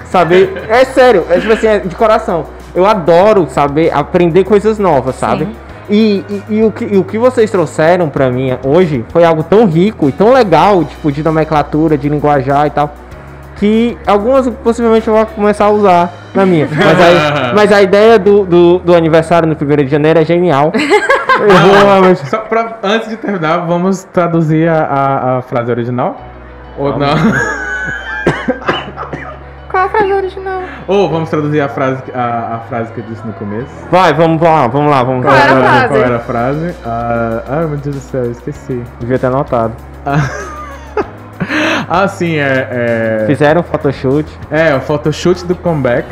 S1: saber. é sério, é tipo assim, é de coração. Eu adoro saber aprender coisas novas, sabe?
S2: Sim.
S1: E, e- e o que, e o que vocês trouxeram pra mim hoje foi algo tão rico e tão legal, tipo, de nomenclatura, de linguajar e tal, que algumas possivelmente eu vou começar a usar na minha. Mas,
S4: [laughs]
S1: aí- mas a ideia do, do, do aniversário no 1 de janeiro é genial. Eu vou realmente-
S4: Só pra, antes de terminar, vamos traduzir a, a- a frase original? Ou não? [laughs]
S2: Qual a frase original?
S4: Ou vamos traduzir a frase, que- a- a frase que eu disse no começo?
S1: Vai, vamos lá, vamos lá, vamos
S2: Qual
S1: lá.
S2: era a
S4: Qual
S2: frase?
S4: Qual era a frase? Ah, ai, meu Deus do céu, eu esqueci.
S1: Devia ter anotado.
S4: Ah, sim, é.
S1: Fizeram um photoshoot,
S4: É, é o photoshoot do comeback.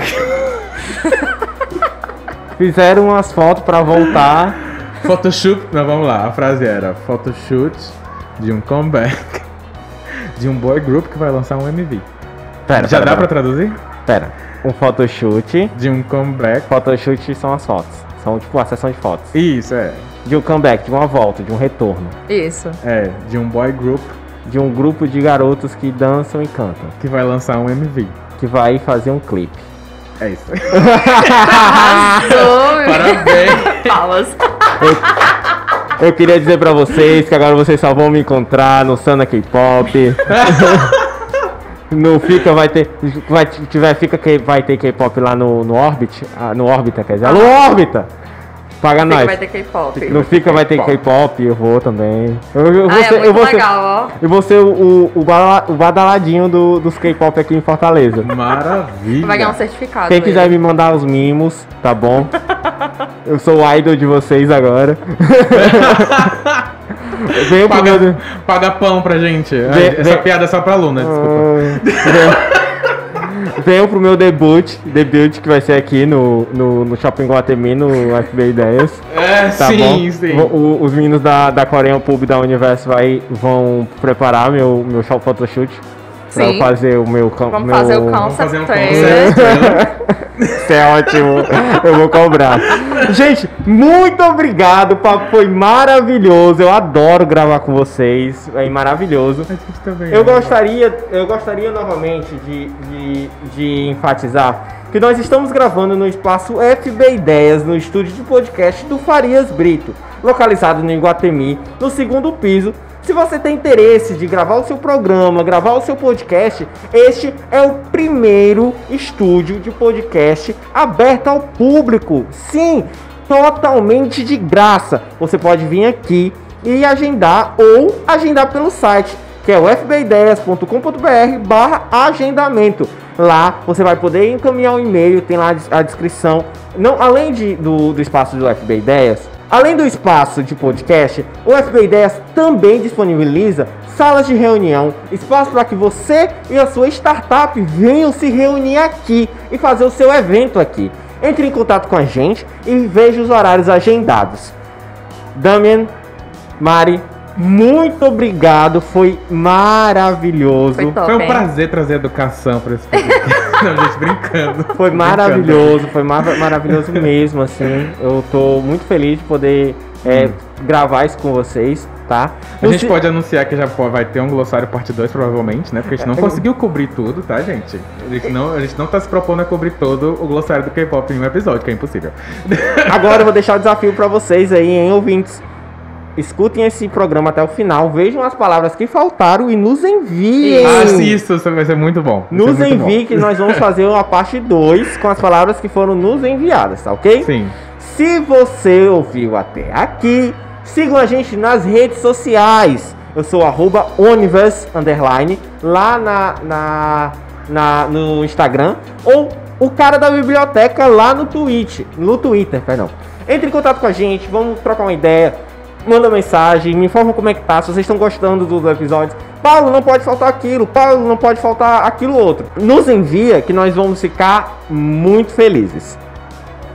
S4: [laughs]
S1: fizeram umas fotos pra voltar.
S4: Photoshoot. Não, vamos lá. A frase era photoshoot de um comeback [laughs] de um boy group que vai lançar um MV.
S1: Pera,
S4: Já
S1: pera,
S4: dá
S1: pera,
S4: pra traduzir?
S1: pera. Um photoshoot.
S4: De um comeback.
S1: Photoshoot são as fotos. São tipo a sessão de fotos.
S4: Isso, é.
S1: De um comeback, de uma volta, de um retorno.
S2: Isso.
S4: É, de um boy group
S1: De um grupo de garotos que dançam e cantam.
S4: que vai lançar um MV.
S1: Que vai fazer um clipe.
S4: É isso.
S2: Arrasou! [laughs]
S4: Parabéns!
S2: Falas.
S1: Eu queria dizer pra vocês que agora vocês só vão me encontrar no Sana K-pop. No Fica vai ter. Vai, tiver, fica que vai ter K-pop lá no, no Orbit. ah, no Orbita, quer dizer. Alô, Orbita! Paga nós.
S2: Ah. Vai ter K-pop.
S1: no Fica vai ter K-pop, eu vou também. Eu, eu vou
S2: Ah,
S1: ser-
S2: é
S1: eu
S2: muito
S1: vou ser-
S2: legal, ó.
S1: Eu vou ser o, o, o bala- o badaladinho do- dos K-pop aqui em Fortaleza.
S4: Maravilha!
S2: Vai ganhar um certificado.
S1: Quem quiser
S2: ele.
S1: me mandar os mimos, tá
S4: [laughs]
S1: bom? Eu sou o idol de vocês agora. Venho pro meu.
S4: Paga, paga pão pra gente.
S1: Vê-
S4: Essa
S1: vê- Ah.
S4: piada é só pra Luna, desculpa.
S1: Venho- Venho pro meu debut, debut que vai ser aqui no, no, no Shopping Guatemi, no FB Ideias.
S4: É,
S1: Tá
S4: sim,
S1: bom?
S4: sim.
S1: O- o- os meninos da, da Coreia Pub da Universo vai, vão preparar meu, meu show photoshoot. Pra eu
S2: Sim.
S1: fazer o meu... cam-
S2: Vamos
S1: meu...
S2: fazer o
S4: Vamos fazer um
S2: concept trailer.
S4: concept trailer.
S1: [laughs] Isso é ótimo. Eu vou cobrar. Gente, muito obrigado. O papo foi maravilhoso. Eu adoro gravar com vocês. É maravilhoso.
S4: Mas isso também
S1: Eu
S4: é-
S1: gostaria, eu gostaria novamente de, de, de enfatizar que nós estamos gravando no espaço FB Ideias, no estúdio de podcast do Farias Brito, localizado no Iguatemi, no segundo piso. Se você tem interesse de gravar o seu programa, gravar o seu podcast, este é o primeiro estúdio de podcast aberto ao público. Sim, totalmente de graça. Você pode vir aqui e agendar ou agendar pelo site, que é o fbideias.com.br barra agendamento. Lá você vai poder encaminhar o e-mail, tem lá a descrição. Não, além de, do, do espaço do FB Ideias, além do espaço de podcast, o FB Ideias também disponibiliza salas de reunião, espaço para que você e a sua startup venham se reunir aqui e fazer o seu evento aqui. Entre em contato com a gente e veja os horários agendados. Damien, Mari, muito obrigado, foi maravilhoso.
S2: Foi
S1: Foi,
S2: top,
S4: Foi um
S2: hein?
S4: prazer trazer educação pra esse podcast. [laughs] Não, gente, brincando.
S1: maravilhoso, foi mar- maravilhoso [laughs] mesmo, assim. Eu tô muito feliz de poder é, gravar isso com vocês, tá?
S4: Hum. A gente
S1: Você-
S4: pode anunciar que já pô- vai ter um glossário parte 2, provavelmente, né? Porque a
S1: É.
S4: gente não conseguiu cobrir tudo, tá, gente? A gente, não, a gente não tá se propondo a cobrir todo o glossário do K-pop em um episódio, que é impossível.
S1: [laughs] Agora eu vou deixar o desafio pra vocês aí, hein, ouvintes. Escutem esse programa até o final, vejam as palavras que faltaram e nos enviem.
S4: Ah, sim, isso vai ser muito bom. Vai
S1: Nos
S4: ser muito bom.
S1: enviem que nós vamos fazer uma parte 2 com as palavras que foram nos enviadas, tá ok?
S4: Sim.
S1: Se você ouviu até aqui, sigam a gente nas redes sociais. Eu sou o arroba Onivers, underline, lá na, na, na- no Instagram, ou o cara da biblioteca lá no Twitch, no Twitter, perdão. Entre em contato com a gente, vamos trocar uma ideia, manda mensagem, me informa como é que tá, se vocês estão gostando dos episódios. Paulo, não pode faltar aquilo, Paulo, não pode faltar aquilo outro. Nos envia que nós vamos ficar muito felizes.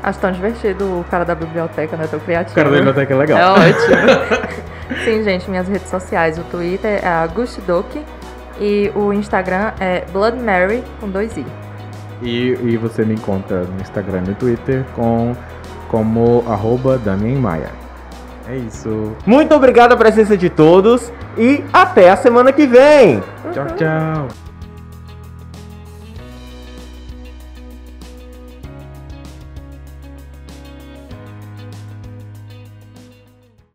S2: Acho tão divertido o cara da biblioteca, né? Tão criativo.
S4: O cara da biblioteca é legal.
S2: É ótimo.
S4: [laughs]
S2: Sim, gente, minhas redes sociais. O Twitter é Agustidoki e o Instagram é Blood Mary com dois I.
S4: E, e você me encontra no Instagram e no Twitter com, como arroba Damien Maia. É isso.
S1: Muito obrigado a presença de todos e até a semana que vem!
S4: Tchau, tchau.